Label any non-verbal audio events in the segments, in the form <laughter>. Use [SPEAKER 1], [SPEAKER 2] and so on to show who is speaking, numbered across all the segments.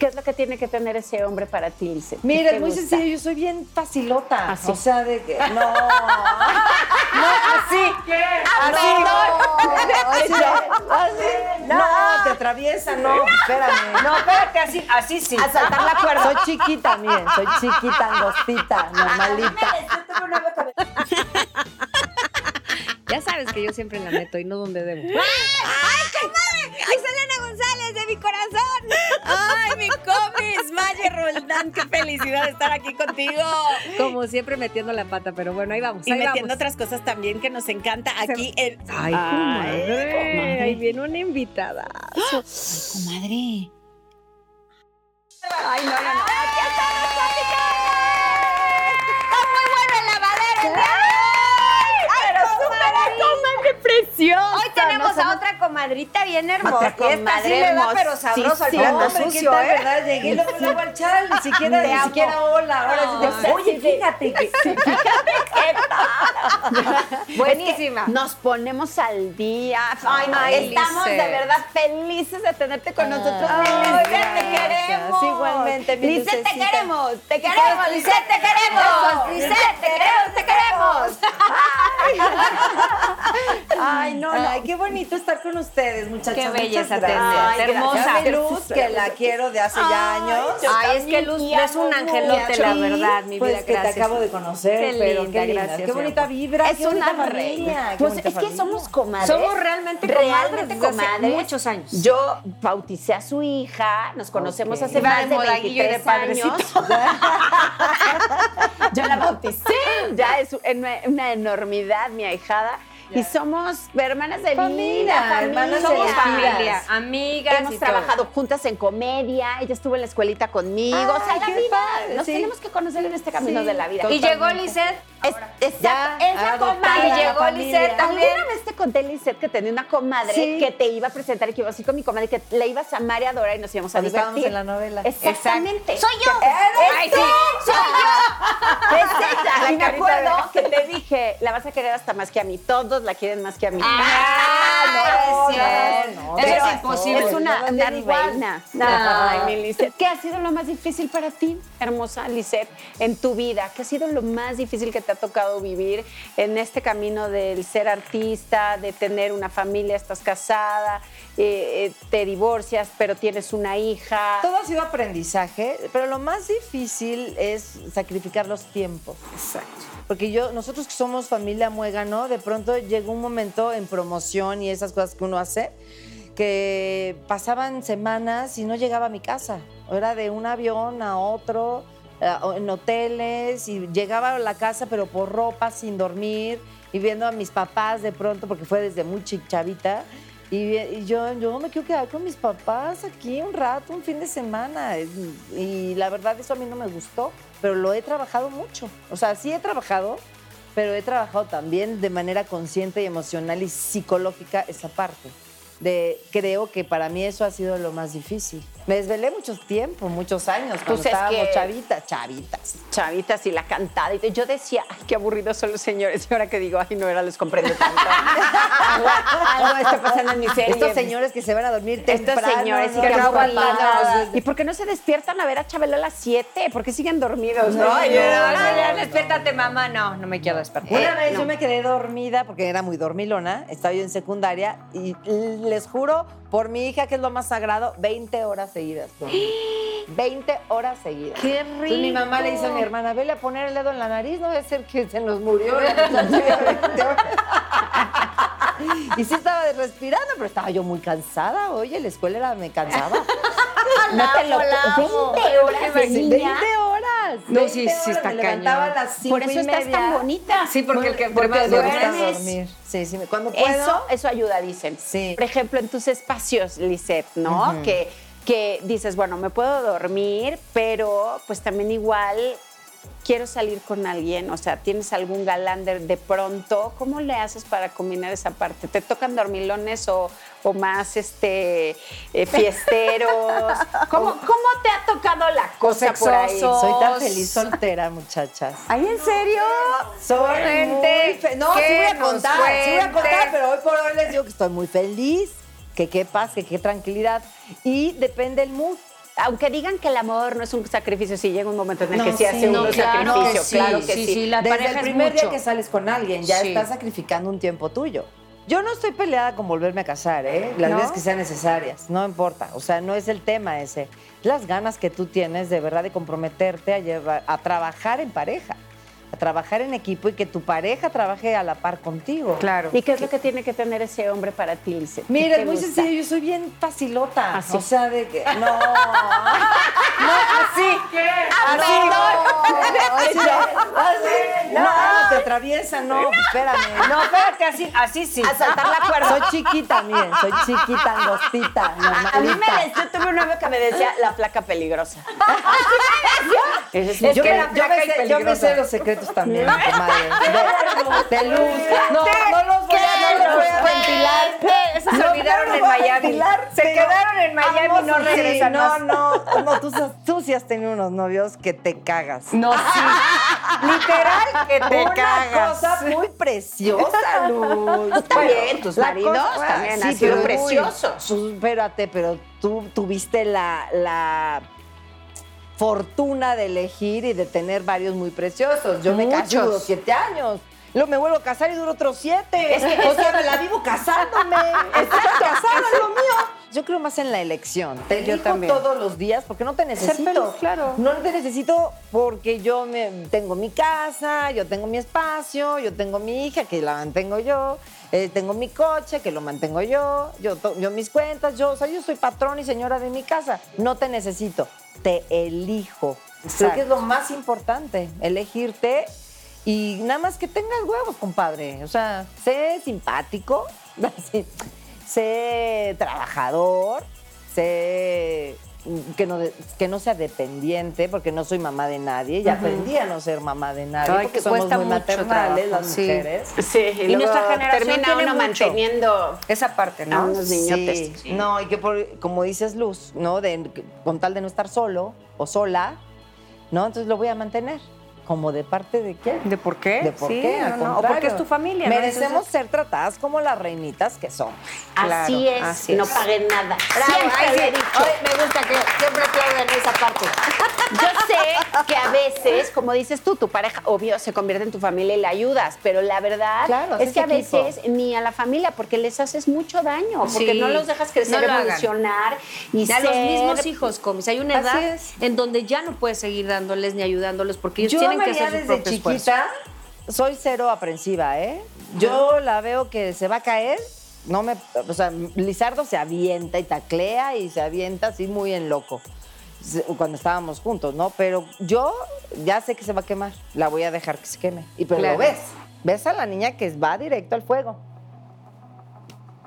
[SPEAKER 1] ¿Qué es lo que tiene que tener ese hombre para ti, Lizeth? ¿Qué
[SPEAKER 2] Mira,
[SPEAKER 1] te
[SPEAKER 2] es muy
[SPEAKER 1] gusta?
[SPEAKER 2] sencillo, yo soy bien facilota.
[SPEAKER 1] Así.
[SPEAKER 2] O sea, de que. No. <laughs> no, así. Así no. Así, así. No, te atraviesa, no. Espérame. No, espérate, así, así sí. A saltar la cuerda. Soy chiquita, miren, soy chiquita, angostita, normalita.
[SPEAKER 3] Ya sabes que yo siempre la meto y no donde debo.
[SPEAKER 4] ¡Ay, qué madre! ¡Ay, Selena González de mi corazón! ¡Ay, mi comis! Maye Roldán, qué felicidad de estar aquí contigo.
[SPEAKER 3] Como siempre metiendo la pata, pero bueno, ahí vamos.
[SPEAKER 4] Y
[SPEAKER 3] ahí
[SPEAKER 4] metiendo
[SPEAKER 3] vamos.
[SPEAKER 4] otras cosas también que nos encanta aquí en...
[SPEAKER 3] Ay,
[SPEAKER 1] Ay,
[SPEAKER 3] comadre,
[SPEAKER 1] comadre.
[SPEAKER 3] Ahí viene una invitada.
[SPEAKER 4] ¡Comadre!
[SPEAKER 1] Ay, no, no, no.
[SPEAKER 4] ¡Aquí estamos, Mónica! ¡Está muy bueno el lavadero el día de hoy! ¡Ay, comadre!
[SPEAKER 1] ¡Comadre preciosa!
[SPEAKER 5] Hoy tenemos
[SPEAKER 1] No,
[SPEAKER 5] a otra comadrita bien hermosa.
[SPEAKER 2] Otra
[SPEAKER 5] Y esta sí
[SPEAKER 2] comadre
[SPEAKER 5] le da pero
[SPEAKER 2] hermosísima.
[SPEAKER 5] sabroso al plato
[SPEAKER 2] Hombre, ¿qué
[SPEAKER 5] sucio,
[SPEAKER 2] tal,
[SPEAKER 5] ¿eh?
[SPEAKER 2] verdad? Llegué luego, luego al chal, ni siquiera, ni siquiera hola. Ahora sí,
[SPEAKER 1] No,
[SPEAKER 2] te- oye, fíjate que...
[SPEAKER 5] Buenísima.
[SPEAKER 1] Nos ponemos al día.
[SPEAKER 5] Ay, no, Ah.
[SPEAKER 3] Ay,
[SPEAKER 5] estamos de
[SPEAKER 3] Lizeth.
[SPEAKER 5] verdad felices de tenerte con nosotros.
[SPEAKER 2] Ay,
[SPEAKER 5] Lizeth, te
[SPEAKER 2] gracias.
[SPEAKER 5] queremos.
[SPEAKER 2] Igualmente, mi
[SPEAKER 5] Lizeth, te
[SPEAKER 2] Lucecita.
[SPEAKER 5] queremos. Te queremos, Lizeth, te queremos. Lizeth, te queremos, te queremos.
[SPEAKER 2] Ay, no, no. Ay, qué bonito estar con ustedes, muchachos.
[SPEAKER 5] Qué belleza
[SPEAKER 2] Muchas gracias.
[SPEAKER 5] tenés,
[SPEAKER 2] Ay,
[SPEAKER 5] hermosa.
[SPEAKER 2] gracias a Luz, que la quiero de hace ya años.
[SPEAKER 5] Ay, es que Luz es un angelote, la verdad, mi
[SPEAKER 2] pues
[SPEAKER 5] vida,
[SPEAKER 2] que
[SPEAKER 5] gracias.
[SPEAKER 2] te acabo de conocer,
[SPEAKER 5] Qué
[SPEAKER 2] pero
[SPEAKER 5] linda,
[SPEAKER 2] qué linda,
[SPEAKER 5] gracias,
[SPEAKER 2] qué
[SPEAKER 5] mi
[SPEAKER 2] bonita vibra,
[SPEAKER 5] Es
[SPEAKER 2] qué bonita
[SPEAKER 5] una
[SPEAKER 2] familia, qué
[SPEAKER 1] Pues
[SPEAKER 2] bonita
[SPEAKER 1] es que
[SPEAKER 2] familia.
[SPEAKER 1] somos comadres.
[SPEAKER 5] Somos realmente
[SPEAKER 1] Realmente
[SPEAKER 5] comadres desde hace
[SPEAKER 1] comadres.
[SPEAKER 5] muchos años.
[SPEAKER 1] Yo bauticé a su hija, nos conocemos
[SPEAKER 2] Ok.
[SPEAKER 1] hace
[SPEAKER 5] Iba
[SPEAKER 1] más
[SPEAKER 5] de
[SPEAKER 1] de
[SPEAKER 5] modaguillo y de
[SPEAKER 1] 23
[SPEAKER 5] padrecito.
[SPEAKER 1] años.
[SPEAKER 5] <laughs>
[SPEAKER 1] Yo la bauticé. Ya es una, una enormidad, mi ahijada. Y somos hermanas de
[SPEAKER 2] Familia,
[SPEAKER 1] vida,
[SPEAKER 2] hermanas de
[SPEAKER 1] somos
[SPEAKER 2] vida.
[SPEAKER 1] familia.
[SPEAKER 5] Familia, amigas. y
[SPEAKER 1] Hemos
[SPEAKER 5] todo.
[SPEAKER 1] trabajado juntas en comedia, ella estuvo en la escuelita conmigo, o sea,
[SPEAKER 2] Ay,
[SPEAKER 1] la
[SPEAKER 2] qué
[SPEAKER 1] vida,
[SPEAKER 2] padre,
[SPEAKER 1] nos
[SPEAKER 2] sí.
[SPEAKER 1] tenemos que conocer en este camino
[SPEAKER 2] Sí,
[SPEAKER 1] de la vida.
[SPEAKER 5] Y llegó Lizeth.
[SPEAKER 1] Es,
[SPEAKER 2] Ya,
[SPEAKER 1] exacto, es la
[SPEAKER 2] adoptada
[SPEAKER 1] comadre.
[SPEAKER 2] la
[SPEAKER 5] Llegó
[SPEAKER 2] familia.
[SPEAKER 5] Lisette también.
[SPEAKER 1] ¿Alguna vez te conté, Lizeth, que tenía una comadre
[SPEAKER 2] Sí.
[SPEAKER 1] que te iba a presentar y que iba así con mi comadre, que le ibas a amar y adorar y nos íbamos a
[SPEAKER 2] Cuando estábamos
[SPEAKER 1] divertir?
[SPEAKER 2] en la novela.
[SPEAKER 1] Exactamente.
[SPEAKER 5] Soy yo.
[SPEAKER 1] ¡Eres
[SPEAKER 5] Ay, sí.
[SPEAKER 1] tú!
[SPEAKER 5] Soy yo.
[SPEAKER 1] Es ella.
[SPEAKER 2] La
[SPEAKER 1] Y me
[SPEAKER 2] carita
[SPEAKER 1] acuerdo
[SPEAKER 2] de-
[SPEAKER 1] que te dije, la vas a querer hasta más que a mí. Todos la quieren más que a mí.
[SPEAKER 5] Ah,
[SPEAKER 2] no,
[SPEAKER 5] es
[SPEAKER 2] no,
[SPEAKER 5] cierto.
[SPEAKER 2] no,
[SPEAKER 5] Eso
[SPEAKER 1] Pero
[SPEAKER 5] es imposible.
[SPEAKER 1] Es una,
[SPEAKER 2] No, no,
[SPEAKER 1] una
[SPEAKER 2] no,
[SPEAKER 1] divana.
[SPEAKER 2] no.
[SPEAKER 1] Ay, mi Lisette. ¿Qué ha sido lo más difícil para ti, hermosa Lisette, en tu vida? ¿Qué ha sido lo más difícil que te ha tocado vivir en este camino del ser artista, de tener una familia, estás casada, eh, eh, te divorcias, pero tienes una hija?
[SPEAKER 2] Todo ha sido aprendizaje, pero lo más difícil es sacrificar los tiempos.
[SPEAKER 1] Exacto.
[SPEAKER 2] Porque yo, nosotros que somos familia muégano, de pronto llegó un momento en promoción y esas cosas que uno hace, que pasaban semanas y no llegaba a mi casa. Era de un avión a otro, eh, o en hoteles, y llegaba a la casa pero por ropa, sin dormir, y viendo a mis papás de pronto, porque fue desde muy chi- chavita. Y, vi- y yo, yo me quiero quedar con mis papás aquí un rato, un fin de semana. Y, y la verdad eso a mí no me gustó, pero lo he trabajado mucho. O sea, sí he trabajado, pero he trabajado también de manera consciente y emocional y psicológica esa parte. De, creo que para mí eso ha sido lo más difícil. Me desvelé mucho tiempo, muchos años, cuando
[SPEAKER 1] Pues es
[SPEAKER 2] estábamos
[SPEAKER 1] que- <laughs>
[SPEAKER 2] chavitas, chavitas.
[SPEAKER 1] chavitas y la cantada. Y yo decía, ay, qué aburridos son los señores. Y ahora que digo, ay, no, era los <laughs> comprendo tanto. algo, algo está pasando en mi serie.
[SPEAKER 2] Estos señores que se van a dormir
[SPEAKER 1] Estos
[SPEAKER 2] temprano.
[SPEAKER 1] señores y
[SPEAKER 2] ¿no?
[SPEAKER 1] que
[SPEAKER 2] Que
[SPEAKER 1] no
[SPEAKER 2] no
[SPEAKER 1] aguantan
[SPEAKER 2] aguantan
[SPEAKER 1] nada.
[SPEAKER 2] los-
[SPEAKER 1] ¿Y por qué no se despiertan a ver a Chabelo a las 7? ¿Por qué siguen dormidos? No,
[SPEAKER 2] Ay, Eh.
[SPEAKER 1] Yo era-
[SPEAKER 5] No, no, no, despiértate, mamá. No, no me quiero despertar.
[SPEAKER 2] Una vez yo me quedé dormida porque era muy dormilona, estaba yo en secundaria y les juro, por mi hija, que es lo más sagrado, 20 horas seguidas.
[SPEAKER 1] <gasps>
[SPEAKER 2] dormí. 20 horas seguidas.
[SPEAKER 3] Qué
[SPEAKER 2] Entonces mi mamá le dice a mi hermana, vele a poner el dedo en la nariz, no debe ser que se
[SPEAKER 1] <laughs>
[SPEAKER 2] nos murió. <laughs> la muchacha". y sí estaba respirando, pero estaba yo muy cansada. Oye, la escuela era- me cansaba.
[SPEAKER 1] <laughs> No te lo creo. 20 horas de
[SPEAKER 2] 20
[SPEAKER 1] niña.
[SPEAKER 2] horas.
[SPEAKER 3] No,
[SPEAKER 2] 20
[SPEAKER 3] sí, sí
[SPEAKER 2] horas,
[SPEAKER 3] está
[SPEAKER 2] me levantaba a las
[SPEAKER 1] Por
[SPEAKER 2] 5
[SPEAKER 1] eso
[SPEAKER 2] y
[SPEAKER 1] estás
[SPEAKER 2] media.
[SPEAKER 1] tan bonita.
[SPEAKER 3] Sí, porque el que
[SPEAKER 2] Porque
[SPEAKER 3] duerme
[SPEAKER 2] me
[SPEAKER 3] duerme.
[SPEAKER 2] gusta
[SPEAKER 1] duermes.
[SPEAKER 2] dormir. Sí, sí, me- cuando puedo.
[SPEAKER 1] Eso, eso ayuda, dicen.
[SPEAKER 2] Sí.
[SPEAKER 1] Por ejemplo, en tus espacios, Lisette, ¿no? que, que dices, bueno, me puedo dormir, pero pues también igual quiero salir con alguien. O sea, ¿tienes algún galán de, de pronto? ¿Cómo le haces para combinar esa parte? ¿Te tocan dormilones o, o más este eh,
[SPEAKER 2] <laughs>
[SPEAKER 1] fiesteros? ¿Cómo, ¿Cómo te ha tocado la cosa por ahí?
[SPEAKER 2] Sexoso. Pues Soy tan feliz soltera, muchachas.
[SPEAKER 1] ¿Ay, en serio?
[SPEAKER 2] Soy
[SPEAKER 3] Gente,
[SPEAKER 2] muy fe- No, sí
[SPEAKER 3] que
[SPEAKER 2] voy a
[SPEAKER 3] nos
[SPEAKER 2] contar, sí voy a contar,
[SPEAKER 3] cuente.
[SPEAKER 2] pero hoy por hoy les digo que estoy muy feliz, que qué paz, que qué tranquilidad. Y depende el mood.
[SPEAKER 1] aunque digan que el amor no es un sacrificio, sí llega un momento en el
[SPEAKER 2] No,
[SPEAKER 1] que sí,
[SPEAKER 2] sí,
[SPEAKER 1] hace
[SPEAKER 2] no,
[SPEAKER 1] uno
[SPEAKER 2] claro
[SPEAKER 1] sacrificio,
[SPEAKER 2] que sí,
[SPEAKER 1] claro que sí.
[SPEAKER 5] sí, la
[SPEAKER 2] Desde
[SPEAKER 5] pareja
[SPEAKER 2] el
[SPEAKER 5] es
[SPEAKER 2] primer día
[SPEAKER 5] mucho.
[SPEAKER 2] que sales con alguien, ya
[SPEAKER 5] Sí.
[SPEAKER 2] estás sacrificando un tiempo tuyo. Yo no estoy peleada con volverme a casar, ¿eh? Las
[SPEAKER 1] ¿No?
[SPEAKER 2] veces que sean necesarias, no importa. O sea, no es el tema ese. Las ganas que tú tienes de verdad de comprometerte a, llevar- a trabajar en pareja, a trabajar en equipo y que tu pareja trabaje a la par contigo.
[SPEAKER 5] Claro.
[SPEAKER 1] ¿Y qué es lo que tiene que tener ese hombre para ti, Lisette? ¿Qué
[SPEAKER 2] Mira,
[SPEAKER 1] te
[SPEAKER 2] es muy
[SPEAKER 1] gusta? <laughs>
[SPEAKER 2] sencillo, yo soy bien facilota.
[SPEAKER 1] Así.
[SPEAKER 2] O sea, de que. No. No,
[SPEAKER 1] Ah,
[SPEAKER 2] así. Así. Así. así. No, te atraviesa, no, pues, espérame. No, espérate, así, así sí. A saltar la cuerda. Soy chiquita, miren, soy chiquita, angostita, normalita.
[SPEAKER 1] A mí me decía, yo tuve un novio que me decía la flaca peligrosa. Ese es mi-
[SPEAKER 2] yo,
[SPEAKER 1] yo
[SPEAKER 2] me,
[SPEAKER 1] era
[SPEAKER 2] yo,
[SPEAKER 1] flaca
[SPEAKER 2] me
[SPEAKER 1] y
[SPEAKER 2] sé, yo me
[SPEAKER 1] peligrosa.
[SPEAKER 2] sé los secretos
[SPEAKER 1] <laughs>
[SPEAKER 2] también, comadre. De, de luz. No, no los voy a, no los voy a ventilar.
[SPEAKER 4] Esas
[SPEAKER 2] No,
[SPEAKER 4] se olvidaron
[SPEAKER 2] no
[SPEAKER 4] en
[SPEAKER 2] los voy a
[SPEAKER 4] Miami.
[SPEAKER 2] ventilar,
[SPEAKER 4] Se
[SPEAKER 2] pero
[SPEAKER 4] quedaron en Miami y
[SPEAKER 2] ambos
[SPEAKER 4] no
[SPEAKER 2] sí,
[SPEAKER 4] regresan
[SPEAKER 2] No,
[SPEAKER 4] más.
[SPEAKER 2] no, no, tú, sos- tú sí has tenido unos novios que te cagas.
[SPEAKER 4] No,
[SPEAKER 2] <laughs>
[SPEAKER 4] sí. Literal que te
[SPEAKER 2] Una
[SPEAKER 4] cagas. Pues
[SPEAKER 2] cosa muy preciosa, Luz.
[SPEAKER 1] Está bien, tus
[SPEAKER 2] la
[SPEAKER 1] maridos también han sido
[SPEAKER 2] pero, uy,
[SPEAKER 1] preciosos.
[SPEAKER 2] sus- espérate, pero tú tuviste la, la fortuna de elegir y de tener varios muy preciosos. Yo me casé
[SPEAKER 5] Muchos.
[SPEAKER 2] a los siete años. Luego me vuelvo a casar y duro otros siete. o sea, me la vivo <laughs> casándome. Estar casada es lo mío. Yo creo más en la elección. Te
[SPEAKER 1] Yo
[SPEAKER 2] elijo
[SPEAKER 1] también.
[SPEAKER 2] todos los días porque no te necesito.
[SPEAKER 1] feliz, claro.
[SPEAKER 2] No te necesito porque yo me, tengo mi casa, yo tengo mi espacio, yo tengo mi hija que la mantengo yo, eh, tengo mi coche que lo mantengo yo, yo, to- yo mis cuentas, yo, o sea, yo soy patrón y señora de mi casa. No te necesito, te elijo. Creo
[SPEAKER 1] Exacto.
[SPEAKER 2] que es lo más importante, elegirte y nada más que tengas huevos, compadre. O sea, sé simpático, <laughs> así, sé trabajador, sé que no, de- que no sea dependiente, porque no soy mamá de nadie. Y aprendí a no ser mamá de nadie,
[SPEAKER 5] Ay,
[SPEAKER 2] porque
[SPEAKER 5] que
[SPEAKER 2] somos
[SPEAKER 5] cuesta
[SPEAKER 2] muy
[SPEAKER 5] mucho
[SPEAKER 2] maternales
[SPEAKER 5] trabajo,
[SPEAKER 2] las
[SPEAKER 5] sí.
[SPEAKER 2] mujeres.
[SPEAKER 1] Sí, y, luego
[SPEAKER 5] nuestra generación
[SPEAKER 1] termina
[SPEAKER 5] tiene
[SPEAKER 1] uno
[SPEAKER 5] mucho.
[SPEAKER 1] manteniendo
[SPEAKER 5] Esa parte,
[SPEAKER 1] a
[SPEAKER 5] ¿no?
[SPEAKER 1] unos niñotes.
[SPEAKER 2] Sí. No, y que por- como dices Luz, ¿no? De- con tal de no estar solo o sola, ¿no? Entonces lo voy a mantener. ¿Como de parte de quién?
[SPEAKER 5] ¿De por qué?
[SPEAKER 2] ¿De por
[SPEAKER 5] Sí,
[SPEAKER 2] qué?
[SPEAKER 5] no,
[SPEAKER 2] Al
[SPEAKER 5] no, o
[SPEAKER 2] contrario.
[SPEAKER 5] porque es tu familia, ¿no?
[SPEAKER 2] Merecemos
[SPEAKER 5] Entonces-
[SPEAKER 2] ser tratadas como las reinitas que son.
[SPEAKER 1] así
[SPEAKER 5] Claro,
[SPEAKER 1] es,
[SPEAKER 5] así
[SPEAKER 1] no
[SPEAKER 5] es.
[SPEAKER 1] paguen nada.
[SPEAKER 2] Siempre
[SPEAKER 1] Siempre
[SPEAKER 2] lo
[SPEAKER 1] le
[SPEAKER 2] he
[SPEAKER 1] he dicho.
[SPEAKER 2] dicho. me gusta que siempre aplauden esa parte.
[SPEAKER 1] <laughs> Yo sé que a veces, como dices tú, tu pareja, obvio, se convierte en tu familia y la ayudas, pero la verdad
[SPEAKER 2] Claro,
[SPEAKER 1] es que a
[SPEAKER 2] haces equipo.
[SPEAKER 1] veces ni a la familia, porque les haces mucho daño, porque
[SPEAKER 5] Sí.
[SPEAKER 1] no los dejas
[SPEAKER 5] No
[SPEAKER 1] crecer,
[SPEAKER 5] lo hagan.
[SPEAKER 1] evolucionar y
[SPEAKER 5] A los
[SPEAKER 1] ser-
[SPEAKER 5] mismos hijos, comis. Hay una
[SPEAKER 2] Así
[SPEAKER 5] edad
[SPEAKER 2] es.
[SPEAKER 5] en donde ya no puedes seguir dándoles ni ayudándoles porque ellos
[SPEAKER 2] Yo
[SPEAKER 5] tienen que
[SPEAKER 2] María,
[SPEAKER 5] hacer su
[SPEAKER 2] desde
[SPEAKER 5] propio
[SPEAKER 2] chiquita
[SPEAKER 5] esfuerzo.
[SPEAKER 2] soy cero aprensiva, ¿eh? Yo la veo que se va a caer, no me, o sea, Lizardo se avienta y taclea y se avienta así muy en loco se- cuando estábamos juntos, ¿no? Pero yo ya sé que se va a quemar, la voy a dejar que se queme. Y pero
[SPEAKER 5] Claro.
[SPEAKER 2] lo ves, ves a la niña que va directo al fuego.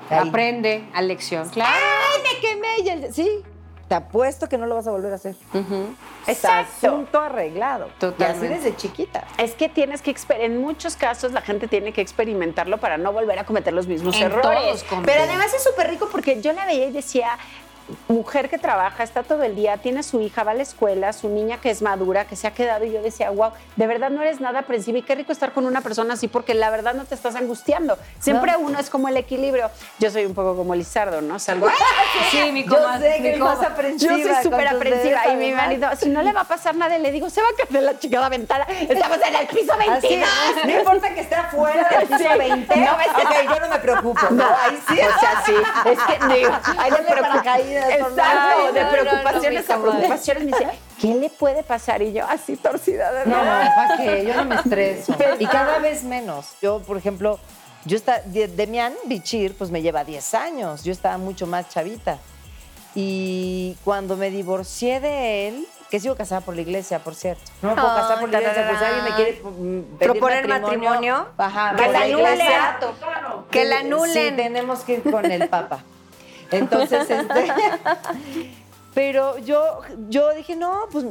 [SPEAKER 2] Ahí.
[SPEAKER 5] Aprende a lección.
[SPEAKER 2] ¡Ay, me quemé! Y el- sí, te apuesto que no lo vas a volver a hacer.
[SPEAKER 1] Exacto.
[SPEAKER 2] Asunto arreglado.
[SPEAKER 5] Totalmente.
[SPEAKER 2] Y así desde chiquita.
[SPEAKER 1] Es que tienes que, exper- en muchos casos, la gente tiene que experimentarlo para no volver a cometer los mismos
[SPEAKER 5] En todos,
[SPEAKER 1] errores.
[SPEAKER 5] compi.
[SPEAKER 1] Pero además es súper rico porque yo la veía y decía, mujer que trabaja, está todo el día, tiene su hija, va a la escuela, su niña que es madura, que se ha quedado, y yo decía, wow, de verdad no eres nada aprensiva y qué rico estar con una persona así porque la verdad no te estás angustiando. Siempre uno es como el equilibrio. Yo soy un poco como Lizardo, ¿no? Salgo,
[SPEAKER 5] Sí, mi
[SPEAKER 2] Yo
[SPEAKER 5] comadre,
[SPEAKER 2] sé que
[SPEAKER 5] mi
[SPEAKER 2] es más
[SPEAKER 5] comadre.
[SPEAKER 2] aprensiva.
[SPEAKER 1] ¡Ah! yo soy
[SPEAKER 2] con
[SPEAKER 1] súper <laughs>
[SPEAKER 2] tus
[SPEAKER 1] aprensiva.
[SPEAKER 2] dedos,
[SPEAKER 1] Y mi
[SPEAKER 2] además.
[SPEAKER 1] marido, si no le va a pasar nada, le digo, se va a caer la chingada ventana. Estamos en el piso
[SPEAKER 2] Así
[SPEAKER 1] 22.
[SPEAKER 2] es. No importa que
[SPEAKER 1] <laughs>
[SPEAKER 2] esté afuera del piso
[SPEAKER 1] Sí.
[SPEAKER 2] 20.
[SPEAKER 1] No ves que-
[SPEAKER 2] Ok, yo no me preocupo. No, ahí sí.
[SPEAKER 1] O sea, sí. Es que digo, hay de
[SPEAKER 2] Ponle
[SPEAKER 1] preocupaciones. pues,
[SPEAKER 2] paracaídas, por favor.
[SPEAKER 1] Exacto,
[SPEAKER 5] Ay,
[SPEAKER 1] de
[SPEAKER 5] no, no,
[SPEAKER 1] preocupaciones
[SPEAKER 5] no,
[SPEAKER 1] a
[SPEAKER 5] mi comadre.
[SPEAKER 1] preocupaciones. Me dice, ¿qué le puede pasar? Y yo, así torcida de
[SPEAKER 2] No,
[SPEAKER 1] verdad.
[SPEAKER 2] ¿para qué? Yo no
[SPEAKER 4] <laughs>
[SPEAKER 2] me estreso. Y cada vez menos. Yo, por ejemplo, yo está, de- Demian Bichir, pues me lleva 10 años. Yo estaba mucho más chavita. Y cuando me divorcié de él, que sigo casada por la iglesia, por cierto. No me puedo
[SPEAKER 5] Ay,
[SPEAKER 2] casar por la iglesia, pues si alguien me quiere mm, pedir
[SPEAKER 4] Proponer matrimonio,
[SPEAKER 2] ajá,
[SPEAKER 4] que
[SPEAKER 2] por
[SPEAKER 4] la
[SPEAKER 2] la
[SPEAKER 4] anule.
[SPEAKER 2] iglesia,
[SPEAKER 4] Que la
[SPEAKER 2] Sí,
[SPEAKER 4] anulen.
[SPEAKER 2] tenemos que ir con
[SPEAKER 4] <laughs>
[SPEAKER 2] el Papa. Entonces, este, pero yo, yo dije, no, pues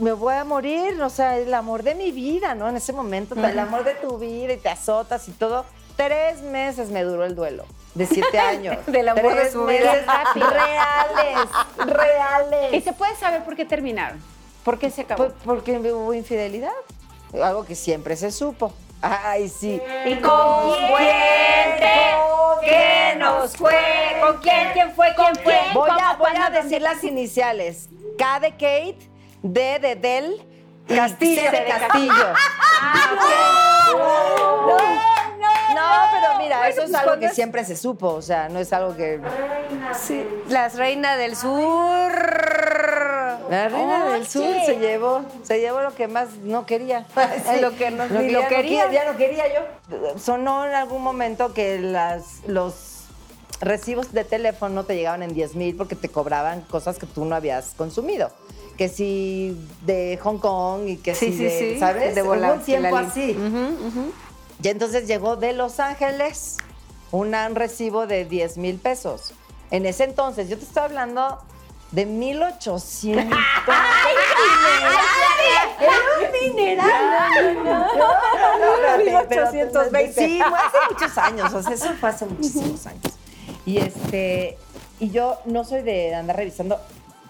[SPEAKER 2] me voy a morir, o sea, el amor de mi vida, ¿no? En ese momento, el amor de tu vida y te azotas y todo. Tres meses me duró el duelo, de
[SPEAKER 4] <laughs>
[SPEAKER 2] siete años.
[SPEAKER 4] Del amor de
[SPEAKER 2] Tres
[SPEAKER 4] su vida. <laughs>
[SPEAKER 2] meses Reales, reales.
[SPEAKER 1] Y se puede saber por qué terminaron. ¿Por qué se acabó?
[SPEAKER 2] Pues, porque hubo infidelidad, algo que siempre se supo. Ay, sí.
[SPEAKER 4] Y con que nos fue. ¿Con quién? ¿Quién fue? ¿Quién fue?
[SPEAKER 2] Voy a, voy a decir las iniciales. K de Kate, D de Del, Castillo
[SPEAKER 1] C
[SPEAKER 2] de
[SPEAKER 1] de
[SPEAKER 2] Castillo. Ah, No, no, pero mira, eso es algo que siempre se supo, o sea, no es algo que...
[SPEAKER 5] Las reinas del sur.
[SPEAKER 2] La reina del sur
[SPEAKER 1] Oye.
[SPEAKER 2] se llevó, se llevó lo que más no quería.
[SPEAKER 5] Sí, lo que no- ni lo
[SPEAKER 2] ya
[SPEAKER 5] quería.
[SPEAKER 2] ya no quería yo. Sonó en algún momento que las, los recibos de teléfono te llegaban en 10 mil porque te cobraban cosas que tú no habías consumido. Que si de Hong Kong y que
[SPEAKER 5] Sí,
[SPEAKER 2] si
[SPEAKER 5] sí,
[SPEAKER 2] de,
[SPEAKER 5] sí.
[SPEAKER 2] ¿sabes?
[SPEAKER 5] De
[SPEAKER 2] Hubo
[SPEAKER 5] volar,
[SPEAKER 2] un tiempo
[SPEAKER 5] la lin-
[SPEAKER 2] así. Y entonces llegó de Los Ángeles una- un recibo de 10 mil pesos. En ese entonces, yo te estoy hablando de 1800. Sí, fue hace muchos años, o sea, eso fue hace muchísimos años. Y este, y yo no soy de andar revisando.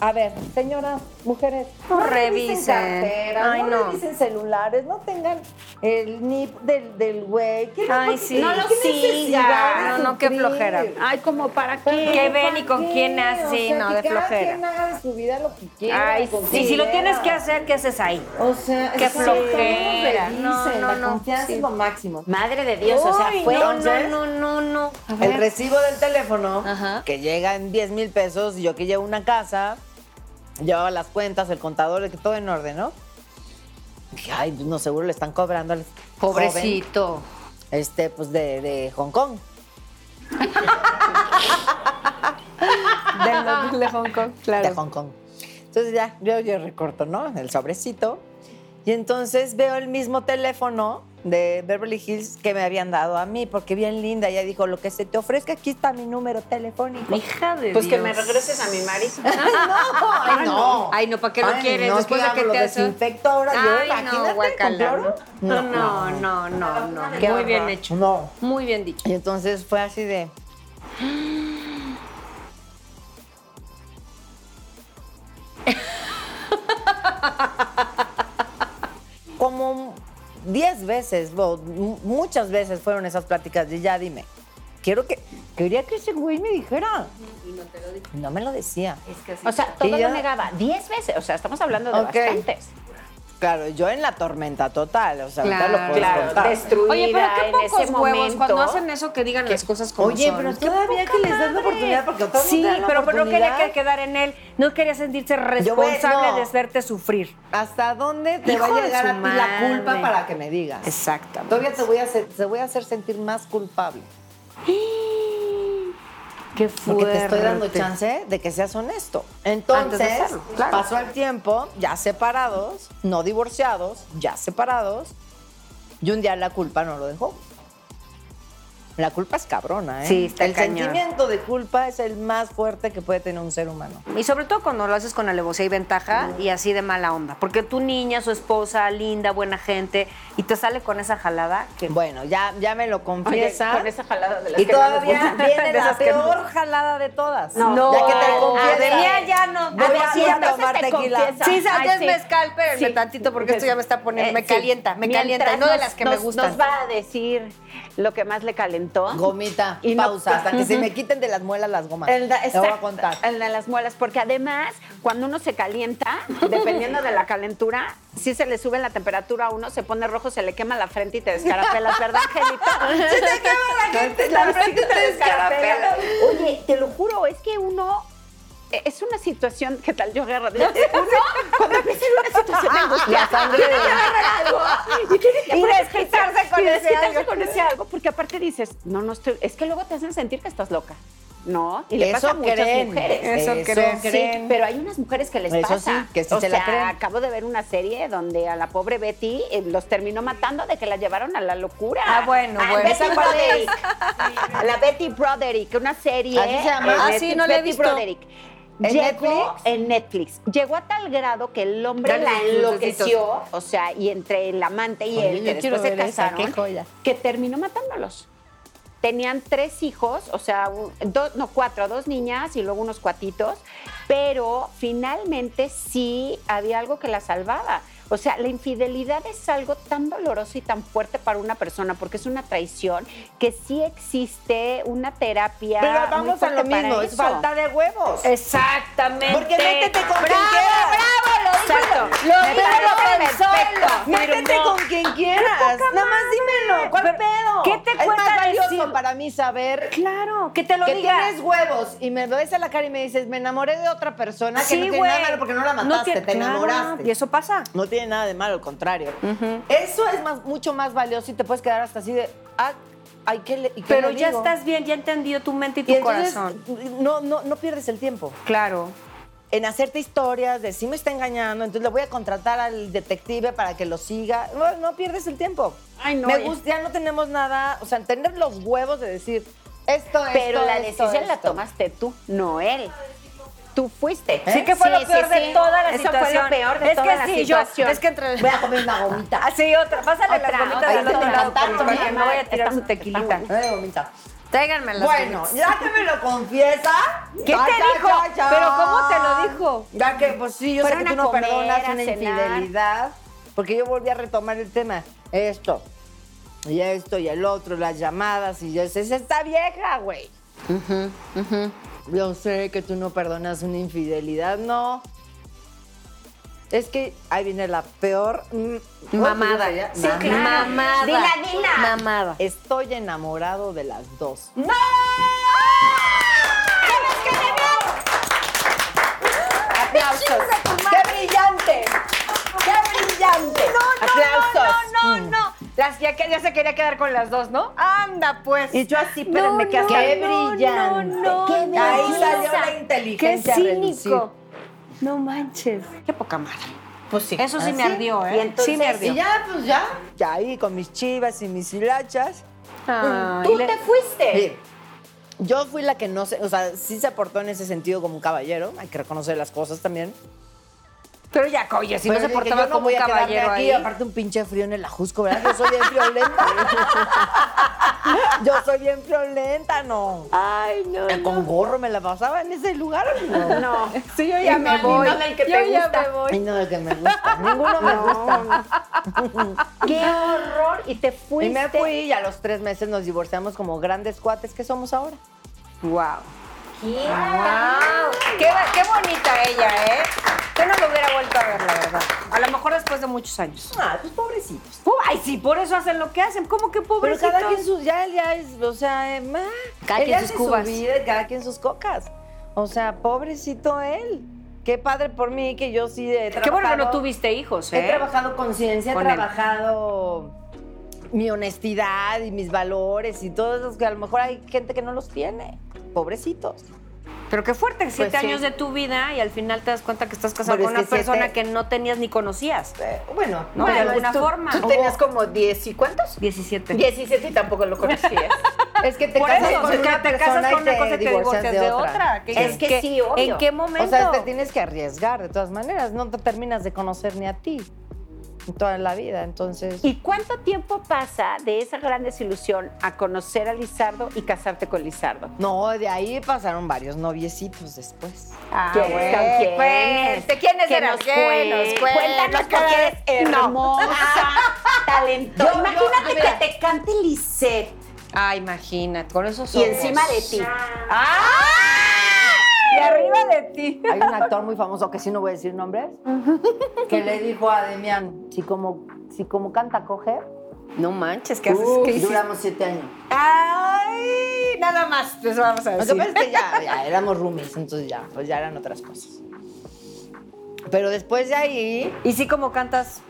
[SPEAKER 2] A ver, señoras, mujeres, no
[SPEAKER 5] Revisen.
[SPEAKER 2] cartera,
[SPEAKER 5] Ay,
[SPEAKER 2] no,
[SPEAKER 5] no.
[SPEAKER 2] revisen celulares, no tengan el nip del del güey. ¿Qué-
[SPEAKER 5] Ay,
[SPEAKER 2] qué-
[SPEAKER 5] sí.
[SPEAKER 2] qué
[SPEAKER 5] No lo
[SPEAKER 2] necesidad de
[SPEAKER 5] sigan. No, no, qué
[SPEAKER 2] sufrir?
[SPEAKER 5] flojera.
[SPEAKER 1] Ay, como para
[SPEAKER 5] ¿Qué
[SPEAKER 1] qué.
[SPEAKER 5] ven y con
[SPEAKER 2] ¿Para
[SPEAKER 5] quién
[SPEAKER 2] qué?
[SPEAKER 5] así?
[SPEAKER 2] O sea,
[SPEAKER 5] No,
[SPEAKER 2] que
[SPEAKER 5] de
[SPEAKER 2] cada
[SPEAKER 5] flojera.
[SPEAKER 2] quien haga de su vida lo que quiera.
[SPEAKER 1] Ay,
[SPEAKER 2] con
[SPEAKER 1] sí.
[SPEAKER 2] quien
[SPEAKER 5] Y si lo tienes que
[SPEAKER 2] quiera.
[SPEAKER 5] hacer, ¿qué haces ahí?
[SPEAKER 2] O sea,
[SPEAKER 5] Qué
[SPEAKER 2] exacto, no lo
[SPEAKER 5] flojera.
[SPEAKER 2] revisen,
[SPEAKER 5] No, no,
[SPEAKER 2] La
[SPEAKER 5] no,
[SPEAKER 2] confianza
[SPEAKER 5] sí.
[SPEAKER 2] es lo máximo.
[SPEAKER 1] Madre de Dios, o sea,
[SPEAKER 5] Uy,
[SPEAKER 1] fue.
[SPEAKER 5] no, no, no, no, no.
[SPEAKER 2] El recibo del teléfono,
[SPEAKER 6] Ajá.
[SPEAKER 2] que llega en 10 mil pesos, y yo que llevo una casa, llevaba las cuentas, el contador, que todo en orden, ¿no? Dije, ay, pues, no, seguro le están cobrando al joven,
[SPEAKER 6] Pobrecito.
[SPEAKER 2] este, pues, de, de Hong Kong.
[SPEAKER 5] De, Hong Kong, claro.
[SPEAKER 2] de Hong Kong. Entonces ya, yo, yo recorto, ¿no? El sobrecito. Y entonces veo el mismo teléfono de Beverly Hills que me habían dado a mí, porque bien linda. Ella dijo, lo que se te ofrezca, aquí está mi número telefónico.
[SPEAKER 5] Hija de
[SPEAKER 1] Pues que me
[SPEAKER 5] Dios.
[SPEAKER 1] regreses a mi marido.
[SPEAKER 2] Ay, Ah, no.
[SPEAKER 5] Ay, no, ¿para qué lo
[SPEAKER 2] Ay,
[SPEAKER 5] quieres?
[SPEAKER 2] No,
[SPEAKER 5] Después
[SPEAKER 2] es
[SPEAKER 5] de que
[SPEAKER 2] lo
[SPEAKER 5] te hace-
[SPEAKER 2] desinfecto ahora yo,
[SPEAKER 5] Ay, no,
[SPEAKER 2] imagínate, con
[SPEAKER 5] guacala.
[SPEAKER 2] cloro.
[SPEAKER 5] No, no, no, no, no.
[SPEAKER 2] Qué
[SPEAKER 5] Muy bien
[SPEAKER 2] horror.
[SPEAKER 5] hecho.
[SPEAKER 2] No.
[SPEAKER 5] Muy bien dicho.
[SPEAKER 2] Y entonces fue así de. Como 10 veces, o mu- muchas veces fueron esas pláticas de ya dime. Quiero que. Quería que ese güey me dijera. Y no te lo No me lo decía.
[SPEAKER 1] O sea, todo
[SPEAKER 2] Y yo-
[SPEAKER 1] lo negaba. Diez veces. O sea, estamos hablando de
[SPEAKER 2] Ok.
[SPEAKER 1] bastantes.
[SPEAKER 2] Claro, yo en la tormenta total. O sea, ahorita
[SPEAKER 6] Claro,
[SPEAKER 2] lo puedes
[SPEAKER 1] Claro,
[SPEAKER 2] contar.
[SPEAKER 1] destruida
[SPEAKER 6] Oye, pero qué
[SPEAKER 1] en ese
[SPEAKER 6] pocos huevos
[SPEAKER 1] momento.
[SPEAKER 6] cuando hacen eso que digan las cosas como
[SPEAKER 2] Oye,
[SPEAKER 6] son.
[SPEAKER 2] pero todavía que les das la oportunidad porque otros no
[SPEAKER 5] Sí,
[SPEAKER 2] te dan la
[SPEAKER 5] pero, pero no quería
[SPEAKER 2] oportunidad.
[SPEAKER 5] que quedar en él. No quería sentirse
[SPEAKER 2] voy-
[SPEAKER 5] responsable
[SPEAKER 2] no.
[SPEAKER 5] de hacerte sufrir.
[SPEAKER 2] ¿Hasta dónde te
[SPEAKER 5] Hijo
[SPEAKER 2] va a
[SPEAKER 5] de
[SPEAKER 2] llegar
[SPEAKER 5] su
[SPEAKER 2] a ti la
[SPEAKER 5] madre.
[SPEAKER 2] culpa para que me digas?
[SPEAKER 5] Exactamente.
[SPEAKER 2] Todavía te voy a hacer, te voy a hacer sentir más culpable.
[SPEAKER 5] Qué fuerte.
[SPEAKER 2] Porque te estoy dando chance de que seas honesto. Entonces,
[SPEAKER 5] hacerlo, claro.
[SPEAKER 2] pasó el tiempo, ya separados, no divorciados, ya separados, y un día la culpa no lo dejó. La culpa es cabrona, ¿eh?
[SPEAKER 5] Sí, está
[SPEAKER 2] El
[SPEAKER 5] cañón.
[SPEAKER 2] sentimiento de culpa es el más fuerte que puede tener un ser humano.
[SPEAKER 5] Y sobre todo cuando lo haces con alevosía y ventaja y así de mala onda. Porque tu niña, su esposa, linda, buena gente, y te sale con esa jalada que.
[SPEAKER 2] Bueno, ya, ya me lo
[SPEAKER 1] Oye,
[SPEAKER 2] confiesa.
[SPEAKER 1] con esa jalada de las
[SPEAKER 2] Y
[SPEAKER 1] que no nos
[SPEAKER 2] todavía
[SPEAKER 1] gustan. <laughs>
[SPEAKER 2] viene
[SPEAKER 5] <laughs> De
[SPEAKER 2] la
[SPEAKER 5] esas que no.
[SPEAKER 2] peor jalada de todas.
[SPEAKER 1] No.
[SPEAKER 2] Ya que te
[SPEAKER 1] Ay,
[SPEAKER 2] confiesa.
[SPEAKER 5] Adelia, ya no.
[SPEAKER 2] Voy
[SPEAKER 5] Adelia,
[SPEAKER 2] a,
[SPEAKER 5] sí,
[SPEAKER 2] ir a
[SPEAKER 1] entonces
[SPEAKER 2] tomar
[SPEAKER 1] te
[SPEAKER 2] tequila.
[SPEAKER 1] confiesa.
[SPEAKER 5] Sí,
[SPEAKER 1] Ay,
[SPEAKER 5] antes
[SPEAKER 1] sí.
[SPEAKER 5] mezcal, espérenme
[SPEAKER 1] Sí.
[SPEAKER 5] tantito porque esto ya me está poniendo,
[SPEAKER 1] Eh,
[SPEAKER 5] me
[SPEAKER 1] sí.
[SPEAKER 5] calienta, me calienta,
[SPEAKER 1] Mientras
[SPEAKER 5] y no de
[SPEAKER 1] nos-
[SPEAKER 5] las que me
[SPEAKER 1] nos-
[SPEAKER 5] gustan.
[SPEAKER 1] Nos va a decir lo que más le calentó.
[SPEAKER 2] Gomita,
[SPEAKER 1] Y no-
[SPEAKER 2] pausa, hasta que se me quiten de las muelas las gomas.
[SPEAKER 1] El da-
[SPEAKER 2] Te voy a
[SPEAKER 1] exacto,
[SPEAKER 2] contar.
[SPEAKER 1] El de las muelas, porque además, cuando uno se calienta, dependiendo de la calentura, si se le sube la temperatura a uno, se pone rojo, se le quema la frente y te descarapelas, ¿verdad,
[SPEAKER 5] <laughs>
[SPEAKER 1] Angelita? Se te quema la gente, la frente y te descarapelas. Oye, te lo juro, es que uno. e, Es una situación, ¿qué tal yo agarro? <laughs> Uno, cuando empieza en una situación angustiosa, tiene que agarrar algo y tiene que
[SPEAKER 5] Y
[SPEAKER 1] ponerse-
[SPEAKER 5] desquitarse con
[SPEAKER 1] y
[SPEAKER 5] ese
[SPEAKER 1] desquitarse
[SPEAKER 5] algo.
[SPEAKER 1] con ese algo, porque aparte dices, no, no estoy, es que luego te hacen sentir que estás loca. No, y le
[SPEAKER 2] Eso
[SPEAKER 1] pasa a muchas
[SPEAKER 2] creen,
[SPEAKER 1] mujeres.
[SPEAKER 2] eso creen.
[SPEAKER 1] Sí, pero hay unas mujeres que les
[SPEAKER 2] Eso
[SPEAKER 1] pasa.
[SPEAKER 2] sí, que sí
[SPEAKER 1] o
[SPEAKER 2] se la
[SPEAKER 1] sea,
[SPEAKER 2] creen.
[SPEAKER 1] acabo de ver una serie donde a la pobre Betty eh, los terminó matando de que la llevaron a la locura.
[SPEAKER 5] Ah, bueno, bueno.
[SPEAKER 1] Betty
[SPEAKER 5] Esa
[SPEAKER 1] Broderick. A la Betty Broderick, una serie.
[SPEAKER 2] ¿Así se llama?
[SPEAKER 1] en
[SPEAKER 2] Ah,
[SPEAKER 1] Netflix,
[SPEAKER 6] sí, no la he
[SPEAKER 1] Betty
[SPEAKER 6] visto.
[SPEAKER 1] Broderick.
[SPEAKER 2] ¿En
[SPEAKER 1] Llegó
[SPEAKER 2] Netflix?
[SPEAKER 1] en Netflix. Llegó a tal grado que el hombre
[SPEAKER 5] Dale
[SPEAKER 1] la
[SPEAKER 5] sus deditos.
[SPEAKER 1] enloqueció, o sea, y entre el amante y
[SPEAKER 2] Oye,
[SPEAKER 1] él,
[SPEAKER 2] yo
[SPEAKER 1] que
[SPEAKER 2] quiero
[SPEAKER 1] después se
[SPEAKER 2] ver esa,
[SPEAKER 1] casaron,
[SPEAKER 2] qué joya.
[SPEAKER 1] que terminó matándolos. tenían tres hijos, o sea, un- dos, no, cuatro, dos niñas y luego unos cuatitos, pero finalmente sí había algo que la salvaba. O sea, la infidelidad es algo tan doloroso y tan fuerte para una persona porque es una traición que sí existe una terapia.
[SPEAKER 2] Pero
[SPEAKER 1] muy
[SPEAKER 2] vamos a lo
[SPEAKER 1] fuerte para
[SPEAKER 2] mismo, es
[SPEAKER 1] eso.
[SPEAKER 2] falta de huevos.
[SPEAKER 5] Exactamente.
[SPEAKER 2] Porque métete con
[SPEAKER 5] ¡Bravo,
[SPEAKER 2] quien quieras.
[SPEAKER 5] bravo! Lo
[SPEAKER 1] Exacto.
[SPEAKER 5] dijo, lo
[SPEAKER 1] Me parece
[SPEAKER 5] dijo
[SPEAKER 1] perfecto.
[SPEAKER 5] Consuelo.
[SPEAKER 2] Métete con quien quieras. Nada más dímelo. ¿Cuál
[SPEAKER 5] Pero,
[SPEAKER 2] pedo?
[SPEAKER 5] ¿qué te
[SPEAKER 2] es
[SPEAKER 5] cuesta
[SPEAKER 2] más valioso
[SPEAKER 5] decir?
[SPEAKER 2] para mí saber
[SPEAKER 5] Claro, que te lo
[SPEAKER 2] que
[SPEAKER 5] diga.
[SPEAKER 2] tienes huevos y me ves a la cara y me dices, me enamoré de otra persona que
[SPEAKER 5] Sí,
[SPEAKER 2] no tiene
[SPEAKER 5] güey.
[SPEAKER 2] nada de malo porque no la mataste,
[SPEAKER 5] tiene-
[SPEAKER 2] te
[SPEAKER 5] claro,
[SPEAKER 2] enamoraste.
[SPEAKER 5] Y eso pasa.
[SPEAKER 2] No tiene nada de malo, al contrario. Eso es más, mucho más valioso y te puedes quedar hasta así de, ah, ay, ¿qué le- y qué
[SPEAKER 5] Pero
[SPEAKER 2] le
[SPEAKER 5] ya
[SPEAKER 2] digo?
[SPEAKER 5] estás bien, ya he entendido tu mente y tu
[SPEAKER 2] Y entonces,
[SPEAKER 5] corazón.
[SPEAKER 2] No, no, no pierdes el tiempo
[SPEAKER 5] Claro.
[SPEAKER 2] en hacerte historias de si me está engañando, entonces le voy a contratar al detective para que lo siga. No, no pierdes el tiempo.
[SPEAKER 1] Ay, no,
[SPEAKER 2] Me
[SPEAKER 1] ya.
[SPEAKER 2] gusta, ya no tenemos nada, o sea, tener los huevos de decir esto es.
[SPEAKER 1] Pero la decisión la tomaste tú, no él. Tú fuiste.
[SPEAKER 5] Sí que fue lo peor de
[SPEAKER 1] sí.
[SPEAKER 5] toda la
[SPEAKER 1] Eso
[SPEAKER 5] situación.
[SPEAKER 1] fue lo peor de
[SPEAKER 5] es
[SPEAKER 1] toda
[SPEAKER 5] que
[SPEAKER 1] la
[SPEAKER 5] sí,
[SPEAKER 1] situación.
[SPEAKER 5] Yo, es que entre... <laughs>
[SPEAKER 2] Voy a comer una gomita.
[SPEAKER 1] <laughs>
[SPEAKER 5] Ah, sí, otra. Pásale
[SPEAKER 1] Otra,
[SPEAKER 5] las bolitas
[SPEAKER 1] otra.
[SPEAKER 5] del
[SPEAKER 1] Ahí
[SPEAKER 5] otro
[SPEAKER 1] te
[SPEAKER 5] lado,
[SPEAKER 1] encantaron,
[SPEAKER 5] porque
[SPEAKER 1] mi
[SPEAKER 5] no voy a
[SPEAKER 1] amor.
[SPEAKER 5] tirar
[SPEAKER 1] Están-
[SPEAKER 5] su tequilita.
[SPEAKER 1] están
[SPEAKER 2] Una gomita.
[SPEAKER 5] Tráiganme las
[SPEAKER 2] Bueno,
[SPEAKER 5] bolitas.
[SPEAKER 2] ya que me lo confiesa.
[SPEAKER 5] <laughs> ¿Qué te dijo? Pero ¿cómo te lo dijo?
[SPEAKER 2] Ya que, pues sí, yo sé
[SPEAKER 1] Fueron
[SPEAKER 2] que
[SPEAKER 1] a
[SPEAKER 2] tú no
[SPEAKER 1] comer,
[SPEAKER 2] perdonas
[SPEAKER 1] a
[SPEAKER 2] una
[SPEAKER 1] cenar.
[SPEAKER 2] infidelidad. Porque yo volví a retomar el tema. Esto, y esto, y el otro, las llamadas, y yo sé, "Es esta vieja, güey. Yo sé que tú no perdonas una infidelidad, no. Es que ahí viene la peor mm, ¿cómo
[SPEAKER 5] Mamada.
[SPEAKER 2] se dice ya?
[SPEAKER 5] Sí,
[SPEAKER 2] Mamada.
[SPEAKER 5] claro. Mamada.
[SPEAKER 4] Dila, dila.
[SPEAKER 5] Mamada.
[SPEAKER 2] Estoy enamorado de las dos.
[SPEAKER 5] ¡No!
[SPEAKER 2] Aplausos. ¡Qué brillante! ¡Qué brillante! Aplausos.
[SPEAKER 5] No,
[SPEAKER 2] Mm.
[SPEAKER 5] no, no. Las- ya, que- ya se quería quedar con las dos, ¿no? Anda, pues.
[SPEAKER 2] Y yo así, espérenme, que hasta...
[SPEAKER 5] ¡Qué
[SPEAKER 2] ¡Qué
[SPEAKER 5] brillante!
[SPEAKER 2] brillante!
[SPEAKER 5] ¡Qué
[SPEAKER 2] Ahí
[SPEAKER 5] maravilla!
[SPEAKER 2] salió la
[SPEAKER 5] ¡Qué
[SPEAKER 2] inteligencia a relucir.
[SPEAKER 5] cínico! No manches. Qué poca madre. Pues sí. Eso sí me ardió, ¿eh? sí me ardió.
[SPEAKER 2] ¿Ah, Y ya, pues ya. Ya ahí con mis chivas y mis hilachas.
[SPEAKER 5] Ay,
[SPEAKER 4] Tú
[SPEAKER 5] le-
[SPEAKER 4] te fuiste.
[SPEAKER 2] Mire, Yo fui la que no se, o sea, sí se aportó en ese sentido como un caballero, hay que reconocer las cosas también.
[SPEAKER 5] Pero ya, oye, si
[SPEAKER 2] Pero
[SPEAKER 5] no se
[SPEAKER 2] dije,
[SPEAKER 5] portaba
[SPEAKER 2] yo no
[SPEAKER 5] como
[SPEAKER 2] voy
[SPEAKER 5] un
[SPEAKER 2] a quedarme
[SPEAKER 5] caballero
[SPEAKER 2] aquí,
[SPEAKER 5] ahí.
[SPEAKER 2] aparte un pinche frío en el ajusco, ¿verdad? Yo soy bien friolenta. Yo soy bien friolenta, no.
[SPEAKER 1] Ay, no.
[SPEAKER 2] Con gorro me la pasaba en ese lugar. No,
[SPEAKER 1] No.
[SPEAKER 5] Sí, yo ya me voy. Yo ya me voy.
[SPEAKER 2] Ay, no de que me gusta. Ninguno me gusta.
[SPEAKER 1] <laughs> Qué horror. Y te fuiste.
[SPEAKER 2] Y me fui y a los tres meses nos divorciamos como grandes cuates que somos ahora.
[SPEAKER 5] Wow. Qué, qué bonita ella, ¿eh? Yo no lo hubiera vuelto a ver, la verdad. A lo mejor después de muchos años.
[SPEAKER 2] Ah, pues pobrecitos.
[SPEAKER 5] Pu- Ay, sí, por eso hacen lo que hacen. ¿Cómo que
[SPEAKER 2] Pero
[SPEAKER 5] pobrecitos?
[SPEAKER 2] cada quien sus, ya él ya es, o sea, eh, ma,
[SPEAKER 5] Cada
[SPEAKER 2] él
[SPEAKER 5] quien
[SPEAKER 2] hace
[SPEAKER 5] sus
[SPEAKER 2] su
[SPEAKER 5] cubas.
[SPEAKER 2] vida y cada quien sus cocas. O sea, pobrecito él. Qué padre por mí que yo sí he trabajado.
[SPEAKER 5] Qué bueno que no tuviste hijos,
[SPEAKER 2] He
[SPEAKER 5] ¿eh?
[SPEAKER 2] trabajado conciencia, he
[SPEAKER 5] Con él.
[SPEAKER 2] trabajado mi honestidad y mis valores y todo eso que a lo mejor hay gente que no los tiene. Pobrecitos.
[SPEAKER 5] Pero qué fuerte, siete
[SPEAKER 2] sí.
[SPEAKER 5] años de tu vida y al final te das cuenta que estás casado
[SPEAKER 2] Pero
[SPEAKER 5] con
[SPEAKER 2] es
[SPEAKER 5] una
[SPEAKER 2] que siete-
[SPEAKER 5] persona que no tenías ni conocías.
[SPEAKER 2] Eh, bueno,
[SPEAKER 5] No, de alguna forma.
[SPEAKER 4] Tú tenías como 10 y cuántos?
[SPEAKER 5] 17.
[SPEAKER 4] 17 y tampoco lo conocías.
[SPEAKER 5] <laughs>
[SPEAKER 2] es que te
[SPEAKER 5] Por
[SPEAKER 2] casas
[SPEAKER 5] eso,
[SPEAKER 2] con
[SPEAKER 5] es que
[SPEAKER 2] una
[SPEAKER 5] te casas
[SPEAKER 2] persona
[SPEAKER 5] con
[SPEAKER 2] y
[SPEAKER 5] una cosa y te divorcias de otra.
[SPEAKER 1] Es que sí, obvio.
[SPEAKER 5] ¿En qué
[SPEAKER 2] O
[SPEAKER 5] momento?
[SPEAKER 2] sea, te tienes que arriesgar de todas maneras. No te terminas de conocer ni a ti en toda la vida. Entonces,
[SPEAKER 1] ¿Y cuánto tiempo pasa de esa gran desilusión a conocer a Lizardo y casarte con Lizardo?
[SPEAKER 2] no, de ahí pasaron varios noviecitos después.
[SPEAKER 1] ¿Quién
[SPEAKER 5] Ah, bueno,
[SPEAKER 1] es? ¿Quién
[SPEAKER 5] pues,
[SPEAKER 1] es?
[SPEAKER 5] ¿quiénes
[SPEAKER 1] Que
[SPEAKER 5] eran?
[SPEAKER 1] nos
[SPEAKER 5] ¿Qué
[SPEAKER 1] cuentes.
[SPEAKER 5] nos cuentas?
[SPEAKER 1] Cuéntanos
[SPEAKER 5] Los
[SPEAKER 1] porque
[SPEAKER 5] que-
[SPEAKER 1] eres hermosa, <laughs> talentosa.
[SPEAKER 2] Yo- yo-
[SPEAKER 1] Imagínate
[SPEAKER 2] mira.
[SPEAKER 1] que te cante Lisette
[SPEAKER 5] Ah, imagínate, con esos
[SPEAKER 1] y
[SPEAKER 5] ojos.
[SPEAKER 1] encima de ti.
[SPEAKER 5] Y arriba de ti.
[SPEAKER 2] Hay un actor muy famoso que sí no voy a decir nombres, que le dijo a Demian, si como, si como canta coge,
[SPEAKER 5] No manches, ¿qué haces? ¿Qué hiciste?
[SPEAKER 2] duramos siete años.
[SPEAKER 5] Ay, nada más, pues vamos a
[SPEAKER 2] Lo que
[SPEAKER 5] decir.
[SPEAKER 2] pasa es que ya, <laughs> ya éramos roomies, entonces ya, pues ya eran otras cosas. Pero después de ahí,
[SPEAKER 5] Y sí, como cantas,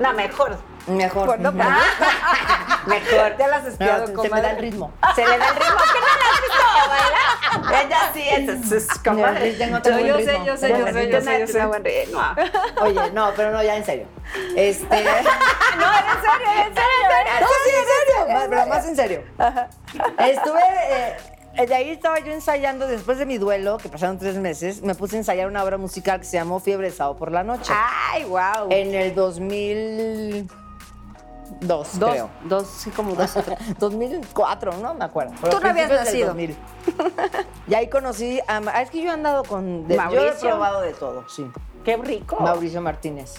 [SPEAKER 1] No, mejor.
[SPEAKER 2] mejor.
[SPEAKER 5] pues no,
[SPEAKER 2] <laughs> Ujú.
[SPEAKER 5] mejor. Ya las has
[SPEAKER 2] No,
[SPEAKER 5] espiado,
[SPEAKER 2] se- se me
[SPEAKER 5] comadre.
[SPEAKER 2] da el ritmo.
[SPEAKER 5] Se le da el ritmo.
[SPEAKER 4] Ella sí, es, es, es como...
[SPEAKER 2] Yo tengo otro
[SPEAKER 5] Yo- yo
[SPEAKER 2] buen
[SPEAKER 5] sé,
[SPEAKER 2] ritmo.
[SPEAKER 5] yo sé, yo sé, yo sé, Ah, yo sé.
[SPEAKER 2] Oye, no, pero no, ya en serio. Este. <laughs> no, en serio, en serio, No, sí, en serio. más- Pero más en serio. Estuve. eh, eh, de ahí estaba yo ensayando, después de mi duelo, que pasaron tres meses, me puse a ensayar una obra musical que Ah.
[SPEAKER 1] Eh,
[SPEAKER 2] se llamó Fiebre de Sábado por la Noche.
[SPEAKER 5] Ay, wow.
[SPEAKER 2] En el 2000. Dos,
[SPEAKER 3] Dos,
[SPEAKER 2] creo.
[SPEAKER 3] dos, sí, como dos.
[SPEAKER 2] 2004, no me acuerdo.
[SPEAKER 5] Tú no habías
[SPEAKER 2] principios del 2000. y ahí conocí a... Ma- ah, Es que yo he andado con... de- Yo he
[SPEAKER 1] Mauricio.
[SPEAKER 2] probado de todo, sí.
[SPEAKER 1] Qué rico.
[SPEAKER 2] Mauricio Martínez.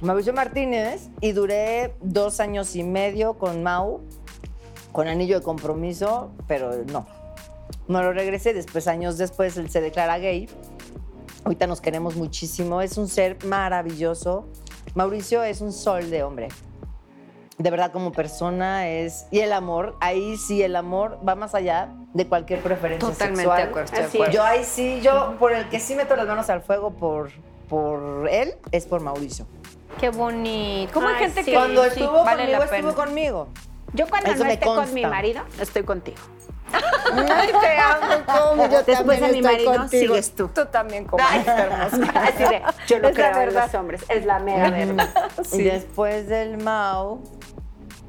[SPEAKER 2] Mauricio Martínez y duré dos años y medio con Mau, con anillo de compromiso, pero no. No lo regresé, después años después él se declara gay. Ahorita nos queremos muchísimo, es un ser maravilloso. Mauricio es un sol de hombre. De verdad como persona es... Y el amor, ahí sí el amor va más allá de cualquier preferencia
[SPEAKER 3] Totalmente
[SPEAKER 2] sexual.
[SPEAKER 3] de acuerdo, estoy de
[SPEAKER 1] Así
[SPEAKER 3] acuerdo.
[SPEAKER 2] Yo ahí sí, yo por el que sí meto las manos al fuego por, por él, es por Mauricio.
[SPEAKER 4] Qué bonito. ¿Cómo hay
[SPEAKER 1] Ay,
[SPEAKER 4] gente
[SPEAKER 1] sí.
[SPEAKER 4] que
[SPEAKER 2] Cuando
[SPEAKER 4] sí,
[SPEAKER 2] estuvo
[SPEAKER 4] vale
[SPEAKER 2] conmigo,
[SPEAKER 4] la pena?
[SPEAKER 2] estuvo conmigo.
[SPEAKER 1] Yo cuando
[SPEAKER 2] Eso
[SPEAKER 1] no
[SPEAKER 2] me
[SPEAKER 1] esté con
[SPEAKER 2] consta.
[SPEAKER 1] mi marido, estoy contigo.
[SPEAKER 2] Ay, te amo, como <laughs> yo
[SPEAKER 1] Después
[SPEAKER 2] también
[SPEAKER 1] de mi
[SPEAKER 2] estoy
[SPEAKER 1] marido,
[SPEAKER 2] contigo.
[SPEAKER 1] sigues tú.
[SPEAKER 5] Tú también,
[SPEAKER 2] <laughs>
[SPEAKER 5] como.
[SPEAKER 1] Así de, yo no
[SPEAKER 5] Es la
[SPEAKER 1] creo en
[SPEAKER 5] verdad.
[SPEAKER 1] los hombres, es la
[SPEAKER 4] <laughs>
[SPEAKER 1] mera verdad.
[SPEAKER 2] Y después del Mau,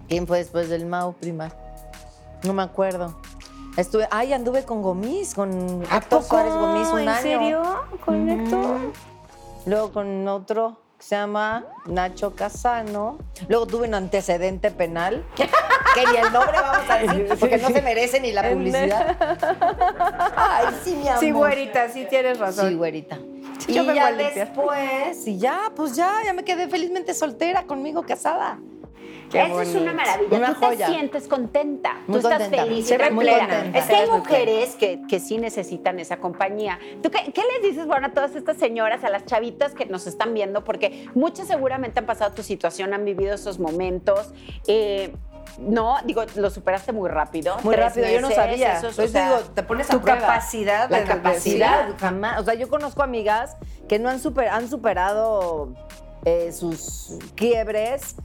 [SPEAKER 2] ¿quién fue después del Mau, prima? No me acuerdo. Estuve, ay, anduve con Gomis, con Héctor Suárez Gomis un
[SPEAKER 4] ¿En
[SPEAKER 2] año.
[SPEAKER 4] serio? ¿Con
[SPEAKER 5] Mm.
[SPEAKER 4] Héctor?
[SPEAKER 2] Luego con otro que se llama Nacho Casano. Luego tuve un antecedente
[SPEAKER 4] <laughs>
[SPEAKER 2] penal. Que ni el nombre vamos a decir, porque no se merece ni la publicidad. Ay, sí, mi amor.
[SPEAKER 5] Sí, güerita, sí tienes razón.
[SPEAKER 2] Sí, güerita. Y
[SPEAKER 5] Yo me
[SPEAKER 2] ya
[SPEAKER 5] voy a limpiar.
[SPEAKER 2] después, y ya, pues ya, ya me quedé felizmente soltera, conmigo casada.
[SPEAKER 5] Qué
[SPEAKER 1] Eso es una
[SPEAKER 5] bonito.
[SPEAKER 1] maravilla.
[SPEAKER 2] Una
[SPEAKER 1] tú
[SPEAKER 2] joya.
[SPEAKER 1] te sientes contenta.
[SPEAKER 2] Muy
[SPEAKER 1] tú estás
[SPEAKER 2] contenta.
[SPEAKER 1] feliz. y
[SPEAKER 2] Se ve muy
[SPEAKER 1] tranquila.
[SPEAKER 2] contenta.
[SPEAKER 1] Es que hay mujeres que, que sí necesitan esa compañía. ¿Tú qué, qué les dices, bueno, a todas estas señoras, a las chavitas que nos están viendo? Porque muchas seguramente han pasado tu situación, han vivido esos momentos. Eh, no, digo, lo superaste muy rápido.
[SPEAKER 2] Muy
[SPEAKER 1] Tres
[SPEAKER 2] rápido, yo no
[SPEAKER 1] meses,
[SPEAKER 2] sabía.
[SPEAKER 1] esos, o
[SPEAKER 2] Entonces
[SPEAKER 1] sea,
[SPEAKER 2] digo, te pones a
[SPEAKER 5] Tu
[SPEAKER 2] prueba.
[SPEAKER 5] capacidad
[SPEAKER 2] La
[SPEAKER 5] de- de-
[SPEAKER 2] capacidad, jamás. O sea, yo conozco amigas que no han, super- han superado eh, sus quiebres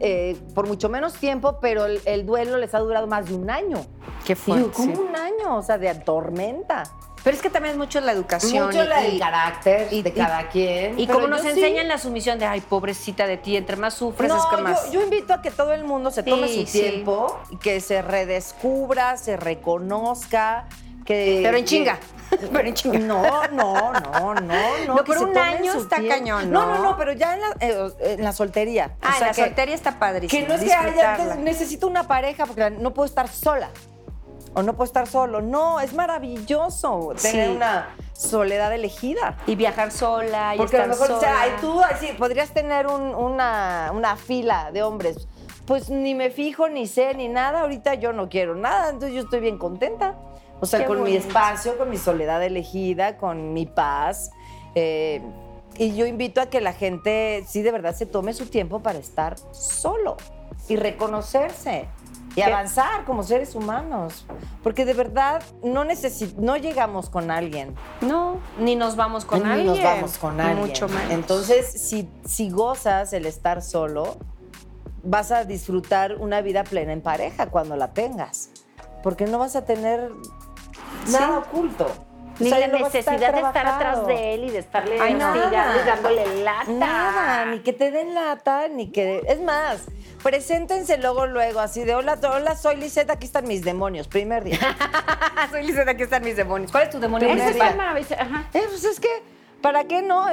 [SPEAKER 2] eh, por mucho menos tiempo, pero el, el duelo les ha durado más de un año.
[SPEAKER 5] Qué
[SPEAKER 2] Y
[SPEAKER 5] fuerte.
[SPEAKER 2] digo, ¿cómo un año? O sea, de tormenta.
[SPEAKER 5] Pero es que también es mucho la educación.
[SPEAKER 2] Mucho la del
[SPEAKER 5] y-
[SPEAKER 2] carácter
[SPEAKER 5] y-
[SPEAKER 2] de
[SPEAKER 5] y-
[SPEAKER 2] cada quien.
[SPEAKER 5] Y
[SPEAKER 2] Pero
[SPEAKER 5] como nos
[SPEAKER 2] yo sí-
[SPEAKER 5] enseñan la sumisión de, ay, pobrecita de ti, entre más sufres, es que
[SPEAKER 2] yo-
[SPEAKER 5] más.
[SPEAKER 2] Yo, invito a que todo el mundo se
[SPEAKER 5] Sí,
[SPEAKER 2] tome su
[SPEAKER 5] sí.
[SPEAKER 2] tiempo, y que se redescubra, se reconozca, que...
[SPEAKER 5] Pero en
[SPEAKER 2] que- <laughs>
[SPEAKER 5] chinga. Pero en chinga.
[SPEAKER 2] No, no, no, no, no.
[SPEAKER 5] No,
[SPEAKER 2] que
[SPEAKER 5] pero
[SPEAKER 2] se
[SPEAKER 5] un
[SPEAKER 2] tomen
[SPEAKER 5] año
[SPEAKER 2] su
[SPEAKER 5] está cañón,
[SPEAKER 2] No,
[SPEAKER 5] ¿no?
[SPEAKER 2] no, no, pero ya en la, eh, en la soltería. O
[SPEAKER 5] Ah, en
[SPEAKER 2] sea
[SPEAKER 5] la
[SPEAKER 2] que-
[SPEAKER 5] soltería está padrísimo.
[SPEAKER 2] Que no es que haya,
[SPEAKER 5] disfrutarla.
[SPEAKER 2] entonces, necesito una pareja porque no puedo estar sola. O no puedo estar solo. No, es maravilloso tener
[SPEAKER 5] Sí.
[SPEAKER 2] una soledad elegida.
[SPEAKER 5] Y viajar sola y
[SPEAKER 2] Porque a
[SPEAKER 5] estar
[SPEAKER 2] lo mejor, o sea,
[SPEAKER 5] sola.
[SPEAKER 2] ay, tú así, podrías tener un- una, una fila de hombres. Pues ni me fijo, ni sé, ni nada. Ahorita yo no quiero nada, entonces yo estoy bien contenta. O sea,
[SPEAKER 5] Qué
[SPEAKER 2] con mi
[SPEAKER 5] bonito.
[SPEAKER 2] espacio, con mi soledad elegida, con mi paz. eh, y yo invito a que la gente, sí, de verdad, se tome su tiempo para estar solo y reconocerse y avanzar como seres humanos. Porque de verdad no, necesi- no llegamos con alguien
[SPEAKER 5] No, ni nos vamos con
[SPEAKER 2] ni
[SPEAKER 5] alguien.
[SPEAKER 2] nos vamos con alguien.
[SPEAKER 5] Mucho más.
[SPEAKER 2] Entonces, si, si gozas el estar solo, vas a disfrutar una vida plena en pareja cuando la tengas. Porque no vas a tener nada oculto. O
[SPEAKER 1] Ni
[SPEAKER 2] sea,
[SPEAKER 1] la
[SPEAKER 2] no vas a
[SPEAKER 1] necesidad de estar atrás
[SPEAKER 2] trabajado.
[SPEAKER 1] de él y de estarle
[SPEAKER 2] Ay,
[SPEAKER 1] castigando y
[SPEAKER 2] nada.
[SPEAKER 1] dándole lata.
[SPEAKER 2] Nada, ni que te den lata, ni que... Es más, preséntense luego, luego, así de, hola, hola soy Lisette, aquí están mis demonios, primer día.
[SPEAKER 5] Ah, soy Lizeth, aquí están mis demonios. ¿Cuál es tu demonio
[SPEAKER 1] Eso
[SPEAKER 2] Primer
[SPEAKER 5] principal?
[SPEAKER 1] está
[SPEAKER 2] día.
[SPEAKER 1] maravilloso. Ajá.
[SPEAKER 2] Eh, pues es que, ¿para qué no?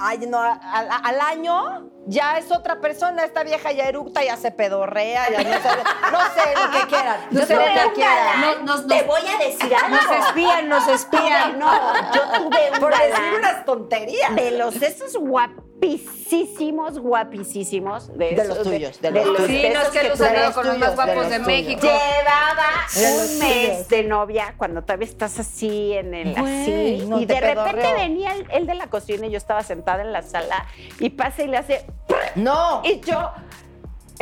[SPEAKER 2] Ay, no, al, al año ya es otra persona, esta vieja ya eructa, ya se pedorrea, ya no sabe, no sé lo que quieran.
[SPEAKER 5] No sé
[SPEAKER 2] lo
[SPEAKER 5] lo que
[SPEAKER 2] que quieran.
[SPEAKER 5] quieran. Nos- nos- nos-
[SPEAKER 1] voy a decir algo.
[SPEAKER 5] Nos espían, nos espían.
[SPEAKER 1] <laughs> No, yo tuve un
[SPEAKER 2] Por decir
[SPEAKER 1] galán
[SPEAKER 2] unas tonterías.
[SPEAKER 1] de los esos guapísimos, guapísimos. De,
[SPEAKER 2] De
[SPEAKER 1] esos-
[SPEAKER 2] los tuyos, de los tuyos.
[SPEAKER 5] Sí,
[SPEAKER 1] de
[SPEAKER 5] no es
[SPEAKER 1] esos
[SPEAKER 5] que tú has
[SPEAKER 1] tú-
[SPEAKER 5] salido
[SPEAKER 2] andado
[SPEAKER 5] con los más
[SPEAKER 2] tuyos, de
[SPEAKER 5] guapos
[SPEAKER 2] los
[SPEAKER 5] de
[SPEAKER 2] tuyos.
[SPEAKER 5] México.
[SPEAKER 1] Llevaba
[SPEAKER 2] De los
[SPEAKER 1] un mes
[SPEAKER 2] tuyos.
[SPEAKER 1] de novia cuando todavía estás así en el
[SPEAKER 2] Güey,
[SPEAKER 1] así
[SPEAKER 2] no
[SPEAKER 1] y
[SPEAKER 2] te
[SPEAKER 1] de repente
[SPEAKER 2] pedorreo.
[SPEAKER 1] venía el, el de la cocina y yo estaba sentada en la sala y pasa y le hace
[SPEAKER 2] No.
[SPEAKER 1] Y yo,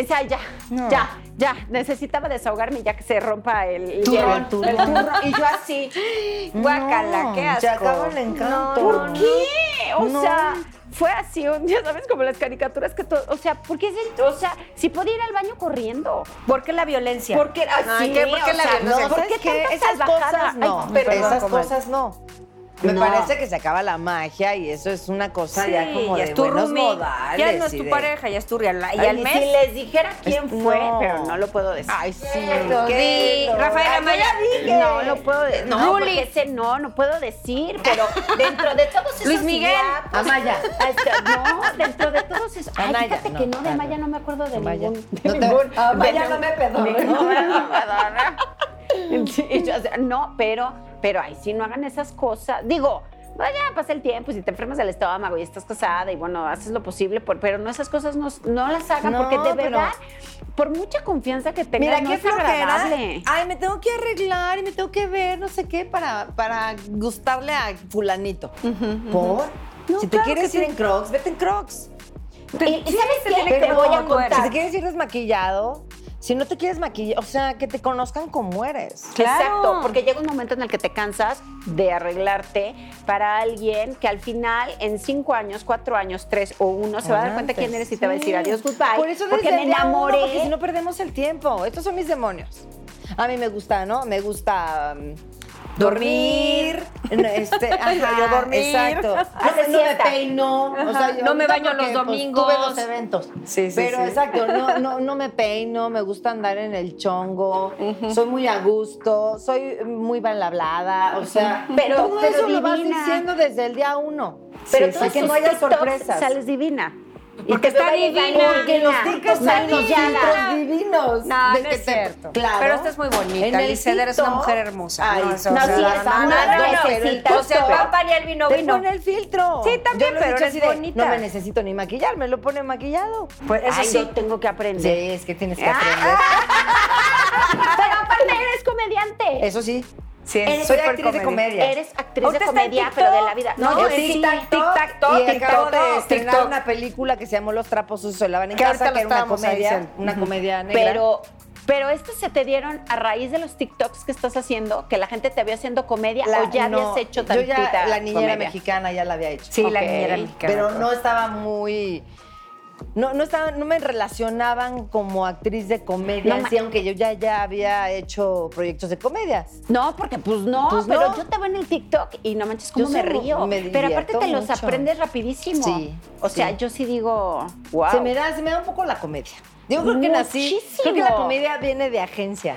[SPEAKER 1] o sea, ya, ya, ya, necesitaba desahogarme ya que se rompa el hielo.
[SPEAKER 2] el turrón.
[SPEAKER 1] El turrón. Y yo así,
[SPEAKER 5] Guácala,
[SPEAKER 2] No,
[SPEAKER 5] qué
[SPEAKER 2] se
[SPEAKER 5] asco.
[SPEAKER 2] acaba el encanto.
[SPEAKER 5] No, no,
[SPEAKER 1] ¿por
[SPEAKER 5] no.
[SPEAKER 1] qué? O
[SPEAKER 2] No.
[SPEAKER 1] sea, fue así, un, ya sabes, como las caricaturas que todo, o sea, ¿por qué? se- o sea, si podía ir al baño corriendo.
[SPEAKER 5] ¿Por qué la violencia?
[SPEAKER 1] ¿Por qué? Así,
[SPEAKER 5] Ay, ¿qué? ¿Por qué
[SPEAKER 1] o
[SPEAKER 5] la
[SPEAKER 1] sea,
[SPEAKER 5] violencia?
[SPEAKER 1] ¿Por
[SPEAKER 2] ¿sabes
[SPEAKER 1] qué
[SPEAKER 2] qué?
[SPEAKER 1] tantas
[SPEAKER 2] Esas
[SPEAKER 1] salvajadas?
[SPEAKER 2] cosas
[SPEAKER 1] Ay,
[SPEAKER 2] no.
[SPEAKER 1] perdón,
[SPEAKER 2] esas
[SPEAKER 1] comadre.
[SPEAKER 2] cosas no. Me
[SPEAKER 1] No.
[SPEAKER 2] parece que se acaba la magia y eso es una cosa ya como
[SPEAKER 5] ya
[SPEAKER 2] de
[SPEAKER 5] es tu
[SPEAKER 2] buenos
[SPEAKER 5] roomie,
[SPEAKER 2] modales.
[SPEAKER 5] ya no es
[SPEAKER 2] y
[SPEAKER 5] tu
[SPEAKER 2] de-
[SPEAKER 5] pareja, ya es tu real. Y
[SPEAKER 1] Ay,
[SPEAKER 5] al
[SPEAKER 1] ni
[SPEAKER 5] mes.
[SPEAKER 1] si les dijera quién
[SPEAKER 2] Es-
[SPEAKER 1] fue,
[SPEAKER 2] no.
[SPEAKER 1] pero no lo puedo decir.
[SPEAKER 2] Ay, sí.
[SPEAKER 5] Lo di. Rafaela Maya.
[SPEAKER 1] No lo puedo decir. No,
[SPEAKER 5] Ruli.
[SPEAKER 1] porque ese no, no puedo decir, pero dentro de todos esos
[SPEAKER 5] Luis Miguel.
[SPEAKER 1] guapos-
[SPEAKER 2] Amaya.
[SPEAKER 1] Ah, este, no, dentro de todos esos. Ay,
[SPEAKER 2] Amaya,
[SPEAKER 1] fíjate que
[SPEAKER 2] no,
[SPEAKER 1] no, de
[SPEAKER 2] claro.
[SPEAKER 1] Maya no me acuerdo de
[SPEAKER 2] Amaya.
[SPEAKER 1] ningún.
[SPEAKER 2] No te- Ah,
[SPEAKER 5] Amaya
[SPEAKER 1] de-
[SPEAKER 5] no me perdona.
[SPEAKER 1] de- No me perdona. Sí, <laughs> y yo así, no, pero, pero ay, sí, no hagan esas cosas. Digo. Vaya, pasa el tiempo, si te enfermas del estómago y estás casada y bueno, haces lo posible, por- pero no esas cosas no, no las hagan
[SPEAKER 2] No,
[SPEAKER 1] porque de
[SPEAKER 2] pero-
[SPEAKER 1] verdad, por mucha confianza que tengas,
[SPEAKER 2] Mira,
[SPEAKER 1] no
[SPEAKER 2] qué
[SPEAKER 1] es
[SPEAKER 2] flojera. Ah,
[SPEAKER 1] agradable.
[SPEAKER 2] Ay, me tengo que arreglar y me tengo que ver, no sé qué, para, para gustarle a fulanito. ¿Por?
[SPEAKER 5] No,
[SPEAKER 2] si te
[SPEAKER 5] claro
[SPEAKER 2] quieres
[SPEAKER 5] que
[SPEAKER 2] ir
[SPEAKER 5] sí.
[SPEAKER 2] en crocs, vete en crocs.
[SPEAKER 1] Y- ¿Y Eh, sabes
[SPEAKER 5] se
[SPEAKER 1] qué?
[SPEAKER 5] tiene que
[SPEAKER 1] Te voy a
[SPEAKER 5] como tú eres.
[SPEAKER 2] Si
[SPEAKER 1] contar.
[SPEAKER 2] te quieres ir desmaquillado, si no te quieres maquillar, o sea, que te conozcan como eres.
[SPEAKER 5] Claro.
[SPEAKER 1] Exacto, porque llega un momento en el que te cansas de arreglarte para alguien que al final en cinco años, cuatro años, tres o uno se va a dar cuenta
[SPEAKER 2] Antes.
[SPEAKER 1] quién eres y te va a decir
[SPEAKER 2] Sí.
[SPEAKER 1] adiós, goodbye.
[SPEAKER 2] Por eso
[SPEAKER 1] porque
[SPEAKER 2] desde
[SPEAKER 1] me
[SPEAKER 2] el día uno,
[SPEAKER 1] enamoré.
[SPEAKER 2] porque si no perdemos el tiempo. Estos son mis demonios. A mí me gusta, ¿no? Me gusta mm, dormir.
[SPEAKER 1] <laughs>
[SPEAKER 2] no, <laughs> este, ajá,
[SPEAKER 5] Yo dormir.
[SPEAKER 2] Exacto.
[SPEAKER 1] Hace
[SPEAKER 2] No, no me
[SPEAKER 1] siesta.
[SPEAKER 2] peino. o sea, yo
[SPEAKER 5] No me
[SPEAKER 2] ahorita
[SPEAKER 5] baño
[SPEAKER 2] porque,
[SPEAKER 5] los
[SPEAKER 2] pues,
[SPEAKER 5] domingos.
[SPEAKER 2] tuve dos eventos.
[SPEAKER 5] Sí, sí,
[SPEAKER 2] Pero
[SPEAKER 5] sí.
[SPEAKER 2] exacto, no, no, no me peino, me gusta andar en el chongo, soy muy a gusto, soy muy balablada, o sea,
[SPEAKER 1] Pero-
[SPEAKER 2] todo
[SPEAKER 1] pero
[SPEAKER 2] eso lo vas
[SPEAKER 1] divina.
[SPEAKER 2] diciendo desde el día uno.
[SPEAKER 1] pero
[SPEAKER 2] Sí,
[SPEAKER 1] tú
[SPEAKER 2] para que no haya sorpresas.
[SPEAKER 1] Sales divina.
[SPEAKER 5] Porque
[SPEAKER 1] te
[SPEAKER 5] está
[SPEAKER 1] va a llegar
[SPEAKER 5] divina.
[SPEAKER 2] Porque los
[SPEAKER 1] divina,
[SPEAKER 2] TikToks salen los
[SPEAKER 1] maquillada.
[SPEAKER 2] filtros divinos.
[SPEAKER 5] No,
[SPEAKER 2] de
[SPEAKER 5] no
[SPEAKER 2] que
[SPEAKER 5] es
[SPEAKER 2] te-
[SPEAKER 5] cierto.
[SPEAKER 2] Claro.
[SPEAKER 5] Pero estás muy bonita,
[SPEAKER 2] En el
[SPEAKER 5] Lisette, eres una
[SPEAKER 2] TikTok,
[SPEAKER 5] mujer hermosa,
[SPEAKER 2] Ay,
[SPEAKER 5] ¿no?
[SPEAKER 2] no,
[SPEAKER 5] Eso,
[SPEAKER 1] o
[SPEAKER 2] sí,
[SPEAKER 1] sea,
[SPEAKER 2] es
[SPEAKER 1] no,
[SPEAKER 2] una
[SPEAKER 1] no, no,
[SPEAKER 2] pero el
[SPEAKER 1] necesitas
[SPEAKER 5] O sea,
[SPEAKER 2] TikTok-
[SPEAKER 5] papá y el vino,
[SPEAKER 2] Te
[SPEAKER 5] vino.
[SPEAKER 2] pone el filtro.
[SPEAKER 5] Sí, también,
[SPEAKER 2] Yo lo he
[SPEAKER 5] pero
[SPEAKER 2] dicho
[SPEAKER 5] eres
[SPEAKER 2] así de,
[SPEAKER 5] bonita.
[SPEAKER 2] No me necesito ni maquillar, me lo pone maquillado.
[SPEAKER 5] Pues eso
[SPEAKER 1] Ay,
[SPEAKER 5] sí.
[SPEAKER 1] yo tengo que
[SPEAKER 2] Sí,
[SPEAKER 1] aprender.
[SPEAKER 2] es que tienes que aprender.
[SPEAKER 1] Pero aparte eres comediante.
[SPEAKER 2] Eso sí.
[SPEAKER 5] Sí,
[SPEAKER 1] Eres
[SPEAKER 5] soy
[SPEAKER 1] súper
[SPEAKER 5] actriz de comedia.
[SPEAKER 1] Eres actriz de
[SPEAKER 5] Ahorita está en
[SPEAKER 1] comedia,
[SPEAKER 5] TikTok.
[SPEAKER 1] pero de la vida.
[SPEAKER 5] No,
[SPEAKER 1] yo
[SPEAKER 5] en
[SPEAKER 1] sí.
[SPEAKER 5] TikTok. TikTok,
[SPEAKER 2] y acabo
[SPEAKER 5] TikTok,
[SPEAKER 2] de estrenar
[SPEAKER 5] TikTok.
[SPEAKER 2] una película que se llamó Los trapos sucios se lavan en
[SPEAKER 5] Que ahorita
[SPEAKER 2] casa,
[SPEAKER 5] lo
[SPEAKER 2] que era una
[SPEAKER 5] estábamos ahí,
[SPEAKER 2] comedia,
[SPEAKER 5] Cel.
[SPEAKER 2] una comedia negra.
[SPEAKER 1] Pero, pero estos se te dieron a raíz de los TikToks que estás haciendo, que la gente te vio haciendo comedia
[SPEAKER 2] La-
[SPEAKER 1] o ya
[SPEAKER 2] no,
[SPEAKER 1] habías hecho
[SPEAKER 2] Yo
[SPEAKER 1] tantita
[SPEAKER 2] ya la niñera
[SPEAKER 1] comedia?
[SPEAKER 2] mexicana ya la había hecho.
[SPEAKER 5] Sí, la
[SPEAKER 1] Ok.
[SPEAKER 5] niñera mexicana.
[SPEAKER 2] Pero no estaba muy. No, no, estaba, no me relacionaban como actriz de comedia,
[SPEAKER 1] No, ma-
[SPEAKER 2] así, aunque yo ya, ya había hecho proyectos de comedias.
[SPEAKER 1] No, porque pues no,
[SPEAKER 2] Pues
[SPEAKER 1] pero
[SPEAKER 2] no.
[SPEAKER 1] yo te veo en el TikTok y no manches cómo
[SPEAKER 2] Yo
[SPEAKER 1] me
[SPEAKER 2] sí,
[SPEAKER 1] río.
[SPEAKER 2] me
[SPEAKER 1] pero aparte
[SPEAKER 2] divierto
[SPEAKER 1] te los
[SPEAKER 2] mucho.
[SPEAKER 1] aprendes rapidísimo.
[SPEAKER 2] Sí,
[SPEAKER 1] O sea,
[SPEAKER 2] sí.
[SPEAKER 1] yo sí digo, wow.
[SPEAKER 2] Se, me da, se me da un poco la comedia. Yo creo que nací. Creo que la
[SPEAKER 1] Muchísimo.
[SPEAKER 2] comedia viene de agencia.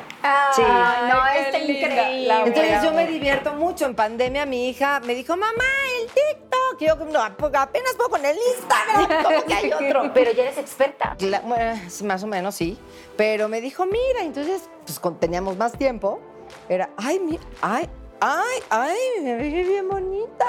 [SPEAKER 5] Sí.
[SPEAKER 1] no,
[SPEAKER 5] Ay,
[SPEAKER 1] está
[SPEAKER 5] qué linda.
[SPEAKER 1] increíble.
[SPEAKER 5] La
[SPEAKER 2] Entonces
[SPEAKER 5] voy a-
[SPEAKER 2] yo me divierto mucho. En pandemia mi hija me dijo, mamá, el TikTok. Y yo no, apenas puedo con el Instagram. ¿Cómo que hay
[SPEAKER 1] <laughs>
[SPEAKER 2] otro?
[SPEAKER 1] Pero ya eres experta.
[SPEAKER 2] Cla- bueno, sí, más o menos, sí. Pero me dijo, mira, entonces, pues con- teníamos más tiempo. Era, ay, mira, ay, ay, ay, me ve bien <laughs> bonita.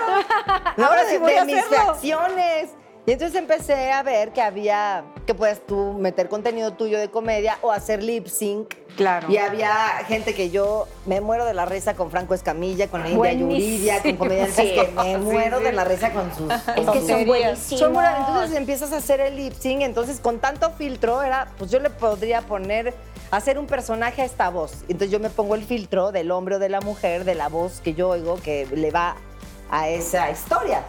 [SPEAKER 2] Ahora sí voy a mis reacciones. Y entonces empecé a ver que había, que puedes tú meter contenido tuyo de comedia o hacer lip sync.
[SPEAKER 5] Claro.
[SPEAKER 2] Y había gente que yo me muero de la risa con Franco Escamilla, con India Yuridia, con comediantes
[SPEAKER 1] Sí.
[SPEAKER 2] que me muero de la risa con sus.
[SPEAKER 1] Es que son buenísimos.
[SPEAKER 2] Son buenas- entonces empiezas a hacer el lip sync, entonces con tanto filtro era, pues yo le podría poner, hacer un personaje a esta voz. Entonces yo me pongo el filtro del hombre o de la mujer, de la voz que yo oigo que le va a esa historia.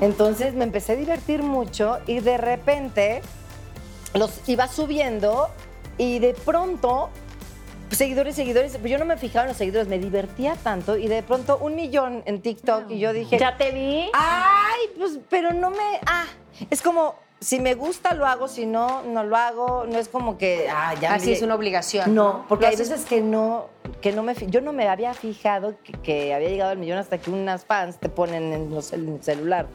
[SPEAKER 2] Entonces me empecé a divertir mucho y de repente los iba subiendo y de pronto seguidores, seguidores, pero yo no me fijaba en los seguidores, me divertía tanto y de pronto un millón en TikTok y yo dije, "Ah,
[SPEAKER 1] Ya te vi.
[SPEAKER 2] Ay, pues, pero no me. Ah, es como. Si me gusta, lo hago. Si no, no lo hago. No es como que. Ah, ya
[SPEAKER 5] Así
[SPEAKER 2] me-
[SPEAKER 5] es una obligación.
[SPEAKER 2] No, porque
[SPEAKER 5] Lo
[SPEAKER 2] hay
[SPEAKER 5] haces-
[SPEAKER 2] veces que no. Que no me, fi- yo no me había fijado que, que había llegado al millón hasta que unas fans te ponen en los- en el celular.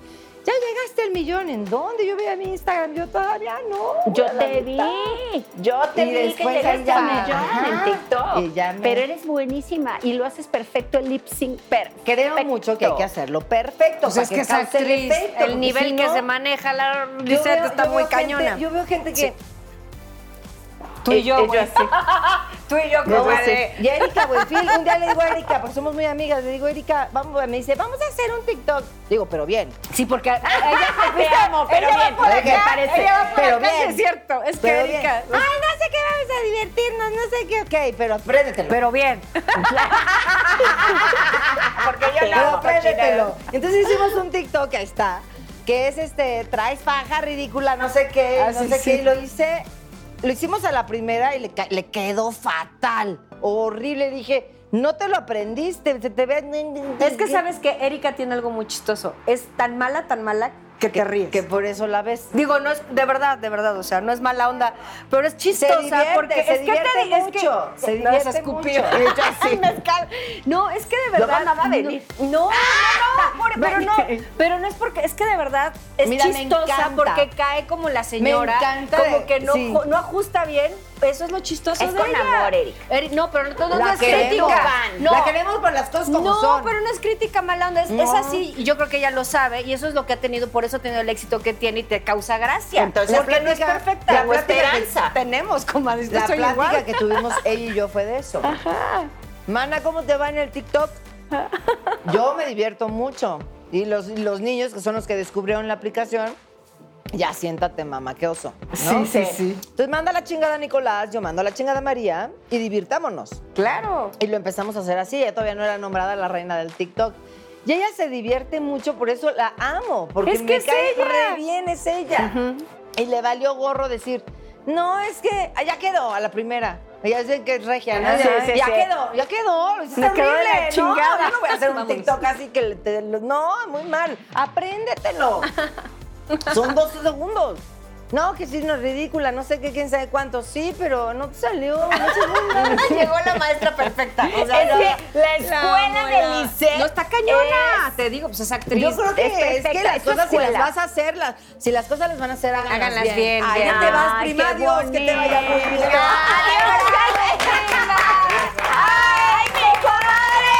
[SPEAKER 2] Ya llegaste al millón. ¿En dónde? Yo veía mi Instagram. Yo todavía no.
[SPEAKER 1] Yo
[SPEAKER 2] a la
[SPEAKER 1] te vi,
[SPEAKER 2] mitad.
[SPEAKER 1] yo te
[SPEAKER 2] Y
[SPEAKER 1] vi que
[SPEAKER 2] después ahí
[SPEAKER 1] llegaste
[SPEAKER 2] ya
[SPEAKER 1] a
[SPEAKER 2] me-
[SPEAKER 1] millón en
[SPEAKER 2] Ajá.
[SPEAKER 1] TikTok.
[SPEAKER 2] Y ya me-
[SPEAKER 1] Pero eres buenísima y lo haces perfecto el lip sync. Perfecto.
[SPEAKER 2] Creo mucho que hay que hacerlo perfecto.
[SPEAKER 5] Pues
[SPEAKER 2] para
[SPEAKER 5] es que es
[SPEAKER 2] cause el
[SPEAKER 5] actriz.
[SPEAKER 2] efecto, porque
[SPEAKER 5] El nivel
[SPEAKER 2] si
[SPEAKER 5] que
[SPEAKER 2] no-
[SPEAKER 5] se maneja la
[SPEAKER 2] Yo
[SPEAKER 5] Lisette
[SPEAKER 2] veo-
[SPEAKER 5] está
[SPEAKER 2] yo
[SPEAKER 5] muy
[SPEAKER 2] veo gente-
[SPEAKER 5] cañona.
[SPEAKER 2] yo veo gente que.
[SPEAKER 5] Tú y yo, güey. <laughs> Tú y yo,
[SPEAKER 2] No,
[SPEAKER 5] compadre.
[SPEAKER 2] sí. Y Erika Buenfil, un día le digo a Erika, porque somos muy amigas, le digo, Erika, vamos, me dice, vamos a hacer un TikTok. Digo, pero bien.
[SPEAKER 5] Sí, porque a- a- <laughs> ella se
[SPEAKER 2] Te amo, pero
[SPEAKER 5] ella
[SPEAKER 2] bien.
[SPEAKER 5] Va por
[SPEAKER 2] Oye,
[SPEAKER 5] acá,
[SPEAKER 2] parece,
[SPEAKER 5] ella va por
[SPEAKER 2] pero
[SPEAKER 5] acá, sí
[SPEAKER 2] bien.
[SPEAKER 5] es cierto. Es que
[SPEAKER 2] Pero bien.
[SPEAKER 5] Erika.
[SPEAKER 2] Ay, no sé qué, vamos a divertirnos, no sé qué. Ok, pero apréndetelo. <laughs>
[SPEAKER 5] Pero bien. porque yo
[SPEAKER 2] Pero
[SPEAKER 5] la amo,
[SPEAKER 2] apréndetelo. Entonces hicimos un TikTok, ahí está, que es este, traes faja ridícula, no sé qué,
[SPEAKER 5] Ah,
[SPEAKER 2] no
[SPEAKER 5] sí,
[SPEAKER 2] sé
[SPEAKER 5] sí.
[SPEAKER 2] qué, y lo hice, lo hicimos a la primera y le, ca- le quedó fatal, horrible, dije, No te lo aprendiste, se te ve.
[SPEAKER 5] Es que sabes que Erika tiene algo muy chistoso. Es tan mala, tan mala que te ríes.
[SPEAKER 2] Que por eso la ves.
[SPEAKER 5] Digo, no es de verdad, de verdad, o sea, no es mala onda, pero es chistosa
[SPEAKER 2] divierte,
[SPEAKER 5] porque
[SPEAKER 2] se
[SPEAKER 5] es que te
[SPEAKER 2] divierte
[SPEAKER 5] di- es
[SPEAKER 2] mucho,
[SPEAKER 5] que
[SPEAKER 2] se
[SPEAKER 5] No,
[SPEAKER 2] divierte <laughs>
[SPEAKER 5] escupió.
[SPEAKER 2] mucho. De hecho, sí.
[SPEAKER 5] Mezcal. No, es que de verdad
[SPEAKER 1] van a dar a
[SPEAKER 5] no,
[SPEAKER 1] venir.
[SPEAKER 5] no, <laughs> no, <laughs> no, por- pero no, pero no es porque es que de verdad es
[SPEAKER 2] Mira, me
[SPEAKER 5] chistosa
[SPEAKER 2] encanta.
[SPEAKER 5] porque cae como la señora,
[SPEAKER 2] encanta,
[SPEAKER 5] como que no
[SPEAKER 2] sí.
[SPEAKER 5] no ajusta bien. Eso es lo chistoso
[SPEAKER 1] Es
[SPEAKER 5] de
[SPEAKER 1] con
[SPEAKER 5] ella.
[SPEAKER 1] amor, Erika.
[SPEAKER 5] Eri- no, pero no, no
[SPEAKER 2] La
[SPEAKER 5] es
[SPEAKER 2] queremos.
[SPEAKER 5] crítica. No.
[SPEAKER 2] La queremos por las cosas como
[SPEAKER 5] No,
[SPEAKER 2] son.
[SPEAKER 5] pero no es crítica mala onda, es, es así, y yo creo que ella lo sabe, y eso es lo que ha tenido, por eso ha tenido el éxito que tiene y te causa gracia.
[SPEAKER 1] Entonces,
[SPEAKER 5] porque
[SPEAKER 1] la
[SPEAKER 5] no
[SPEAKER 1] plática-
[SPEAKER 5] es perfecta.
[SPEAKER 1] la
[SPEAKER 5] o
[SPEAKER 1] plática que
[SPEAKER 5] tenemos, comadre.
[SPEAKER 2] La plática que tuvimos ella y yo fue de eso. Mana, ¿cómo te va en el
[SPEAKER 5] <laughs>
[SPEAKER 2] TikTok? Yo me divierto mucho. Y los, y los niños, que son los que descubrieron la aplicación, ya siéntate, mamá, qué oso. ¿no?
[SPEAKER 5] Sí, sí, sí.
[SPEAKER 2] Entonces manda la chingada a Nicolás, yo mando la chingada a María y divirtámonos.
[SPEAKER 5] Claro.
[SPEAKER 2] Y lo empezamos a hacer así. Ella todavía no era nombrada la reina del TikTok. Y ella se divierte mucho, por eso la amo. Porque
[SPEAKER 5] Es que
[SPEAKER 2] me
[SPEAKER 5] es
[SPEAKER 2] cae
[SPEAKER 5] ella.
[SPEAKER 2] re bien, es ella. Y le valió gorro decir, no, es que ah, ya quedó a la primera. Ella dice que es regia, ¿no?
[SPEAKER 5] Ah, Sí,
[SPEAKER 2] ya
[SPEAKER 5] sí,
[SPEAKER 2] ya
[SPEAKER 5] sí.
[SPEAKER 2] quedó, ya quedó. Lo hiciste
[SPEAKER 5] Me quedó de la
[SPEAKER 2] horrible. No,
[SPEAKER 5] chingada.
[SPEAKER 2] yo no voy a hacer un
[SPEAKER 5] Vámonos.
[SPEAKER 2] TikTok así que le- te lo- No, muy mal.
[SPEAKER 5] <laughs>
[SPEAKER 2] Apréndetelo. Son dos segundos. No, que sí, no es ridícula, no sé qué, quién sabe cuánto. Sí, pero no te salió. No
[SPEAKER 5] <laughs>
[SPEAKER 2] sé
[SPEAKER 5] Llegó la maestra perfecta. O sea,
[SPEAKER 1] Es
[SPEAKER 5] no,
[SPEAKER 1] que la escuela
[SPEAKER 5] amo,
[SPEAKER 1] del
[SPEAKER 5] la-
[SPEAKER 1] Liceo
[SPEAKER 5] No está cañona, te digo, pues es actriz.
[SPEAKER 2] Yo creo que
[SPEAKER 5] es
[SPEAKER 2] es,
[SPEAKER 5] perfecta,
[SPEAKER 2] que las
[SPEAKER 5] es tu
[SPEAKER 2] cosas, si las
[SPEAKER 5] escuela.
[SPEAKER 2] vas a hacer, las- si las cosas las van a hacer, háganlas,
[SPEAKER 5] Háganlas bien,
[SPEAKER 2] Ay,
[SPEAKER 5] bien.
[SPEAKER 2] ya te vas,
[SPEAKER 1] Ay,
[SPEAKER 2] prima,
[SPEAKER 1] qué
[SPEAKER 2] Dios, que te vaya muy bien.
[SPEAKER 1] bonita.
[SPEAKER 5] Adiós, ¡Ay, mi comadre!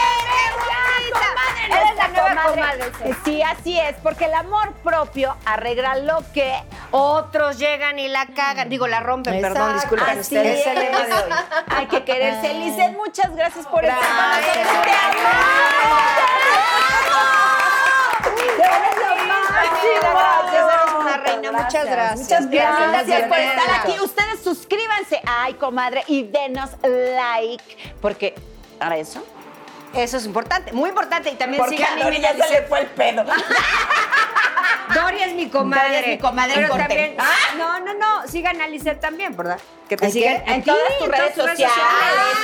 [SPEAKER 5] ¡Qué bonita! Eres la nueva comadre.
[SPEAKER 1] Sí, así es, porque el amor propio arregla lo que
[SPEAKER 5] Otros llegan y la cagan. Digo, la rompen, perdón,
[SPEAKER 2] Exacto.
[SPEAKER 5] disculpen
[SPEAKER 2] Así
[SPEAKER 5] ustedes.
[SPEAKER 2] es el lema de hoy.
[SPEAKER 1] hay que quererse. Lizeth, muchas gracias por estar con
[SPEAKER 5] Gracias.
[SPEAKER 1] nosotros. Te amamos.
[SPEAKER 2] Gracias, eres una reina. Muchas gracias.
[SPEAKER 1] Muchas gracias,
[SPEAKER 2] Gracias,
[SPEAKER 1] por estar
[SPEAKER 2] Brenda.
[SPEAKER 1] aquí. Ustedes suscríbanse ay, comadre y denos like, porque para eso
[SPEAKER 5] Eso es importante, muy importante. Y también
[SPEAKER 1] Porque
[SPEAKER 5] sigan
[SPEAKER 1] a
[SPEAKER 5] mi
[SPEAKER 1] Dori
[SPEAKER 5] niña
[SPEAKER 1] ya se
[SPEAKER 5] Lizeth. <laughs> Dori es mi comadre.
[SPEAKER 1] Dori es mi comadre
[SPEAKER 5] Pero
[SPEAKER 1] en corte.
[SPEAKER 5] también, No, no, no. Sigan a Lizeth también, ¿verdad? Que te
[SPEAKER 1] ¿En qué?
[SPEAKER 5] sigan
[SPEAKER 1] En todas tus redes sociales,
[SPEAKER 5] ¿A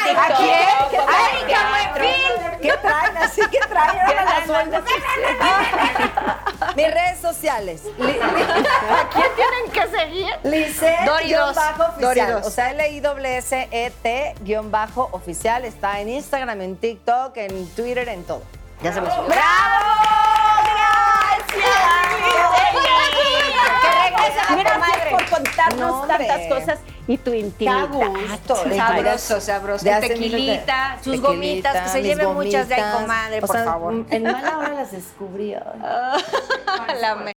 [SPEAKER 1] TikTok,
[SPEAKER 5] quién?
[SPEAKER 1] comadre.
[SPEAKER 5] ¡Ay, qué buen fin!
[SPEAKER 2] ¿Qué traen? Así que
[SPEAKER 5] <laughs>
[SPEAKER 2] traen. Ahora las sueltas. Mis redes sociales. Li-
[SPEAKER 5] ¿A quién tienen que seguir?
[SPEAKER 2] Lisette
[SPEAKER 5] Dori
[SPEAKER 2] guión
[SPEAKER 5] dos,
[SPEAKER 2] bajo
[SPEAKER 5] Dori
[SPEAKER 2] oficial.
[SPEAKER 5] dos.
[SPEAKER 2] O sea, L-I-S-E-T E guión bajo oficial. Está en Instagram, en TikTok, en Twitter, en todo.
[SPEAKER 5] Ya se me subió.
[SPEAKER 1] Gracias.
[SPEAKER 5] Mira,
[SPEAKER 1] Gracias por contarnos
[SPEAKER 2] No, hombre.
[SPEAKER 1] tantas cosas y tu intimidad.
[SPEAKER 2] gusto.
[SPEAKER 1] Ay,
[SPEAKER 5] Sabroso,
[SPEAKER 2] ah,
[SPEAKER 5] sabroso.
[SPEAKER 2] De
[SPEAKER 5] Con
[SPEAKER 2] hace
[SPEAKER 5] tequilita,
[SPEAKER 2] mil-
[SPEAKER 5] sus
[SPEAKER 2] tequilita,
[SPEAKER 5] gomitas, que se
[SPEAKER 2] mis
[SPEAKER 5] lleven muchas de ahí,
[SPEAKER 2] gomitas.
[SPEAKER 5] comadre,
[SPEAKER 2] O
[SPEAKER 5] por
[SPEAKER 2] sea,
[SPEAKER 5] favor.
[SPEAKER 2] En mala hora las descubrió.
[SPEAKER 5] La me-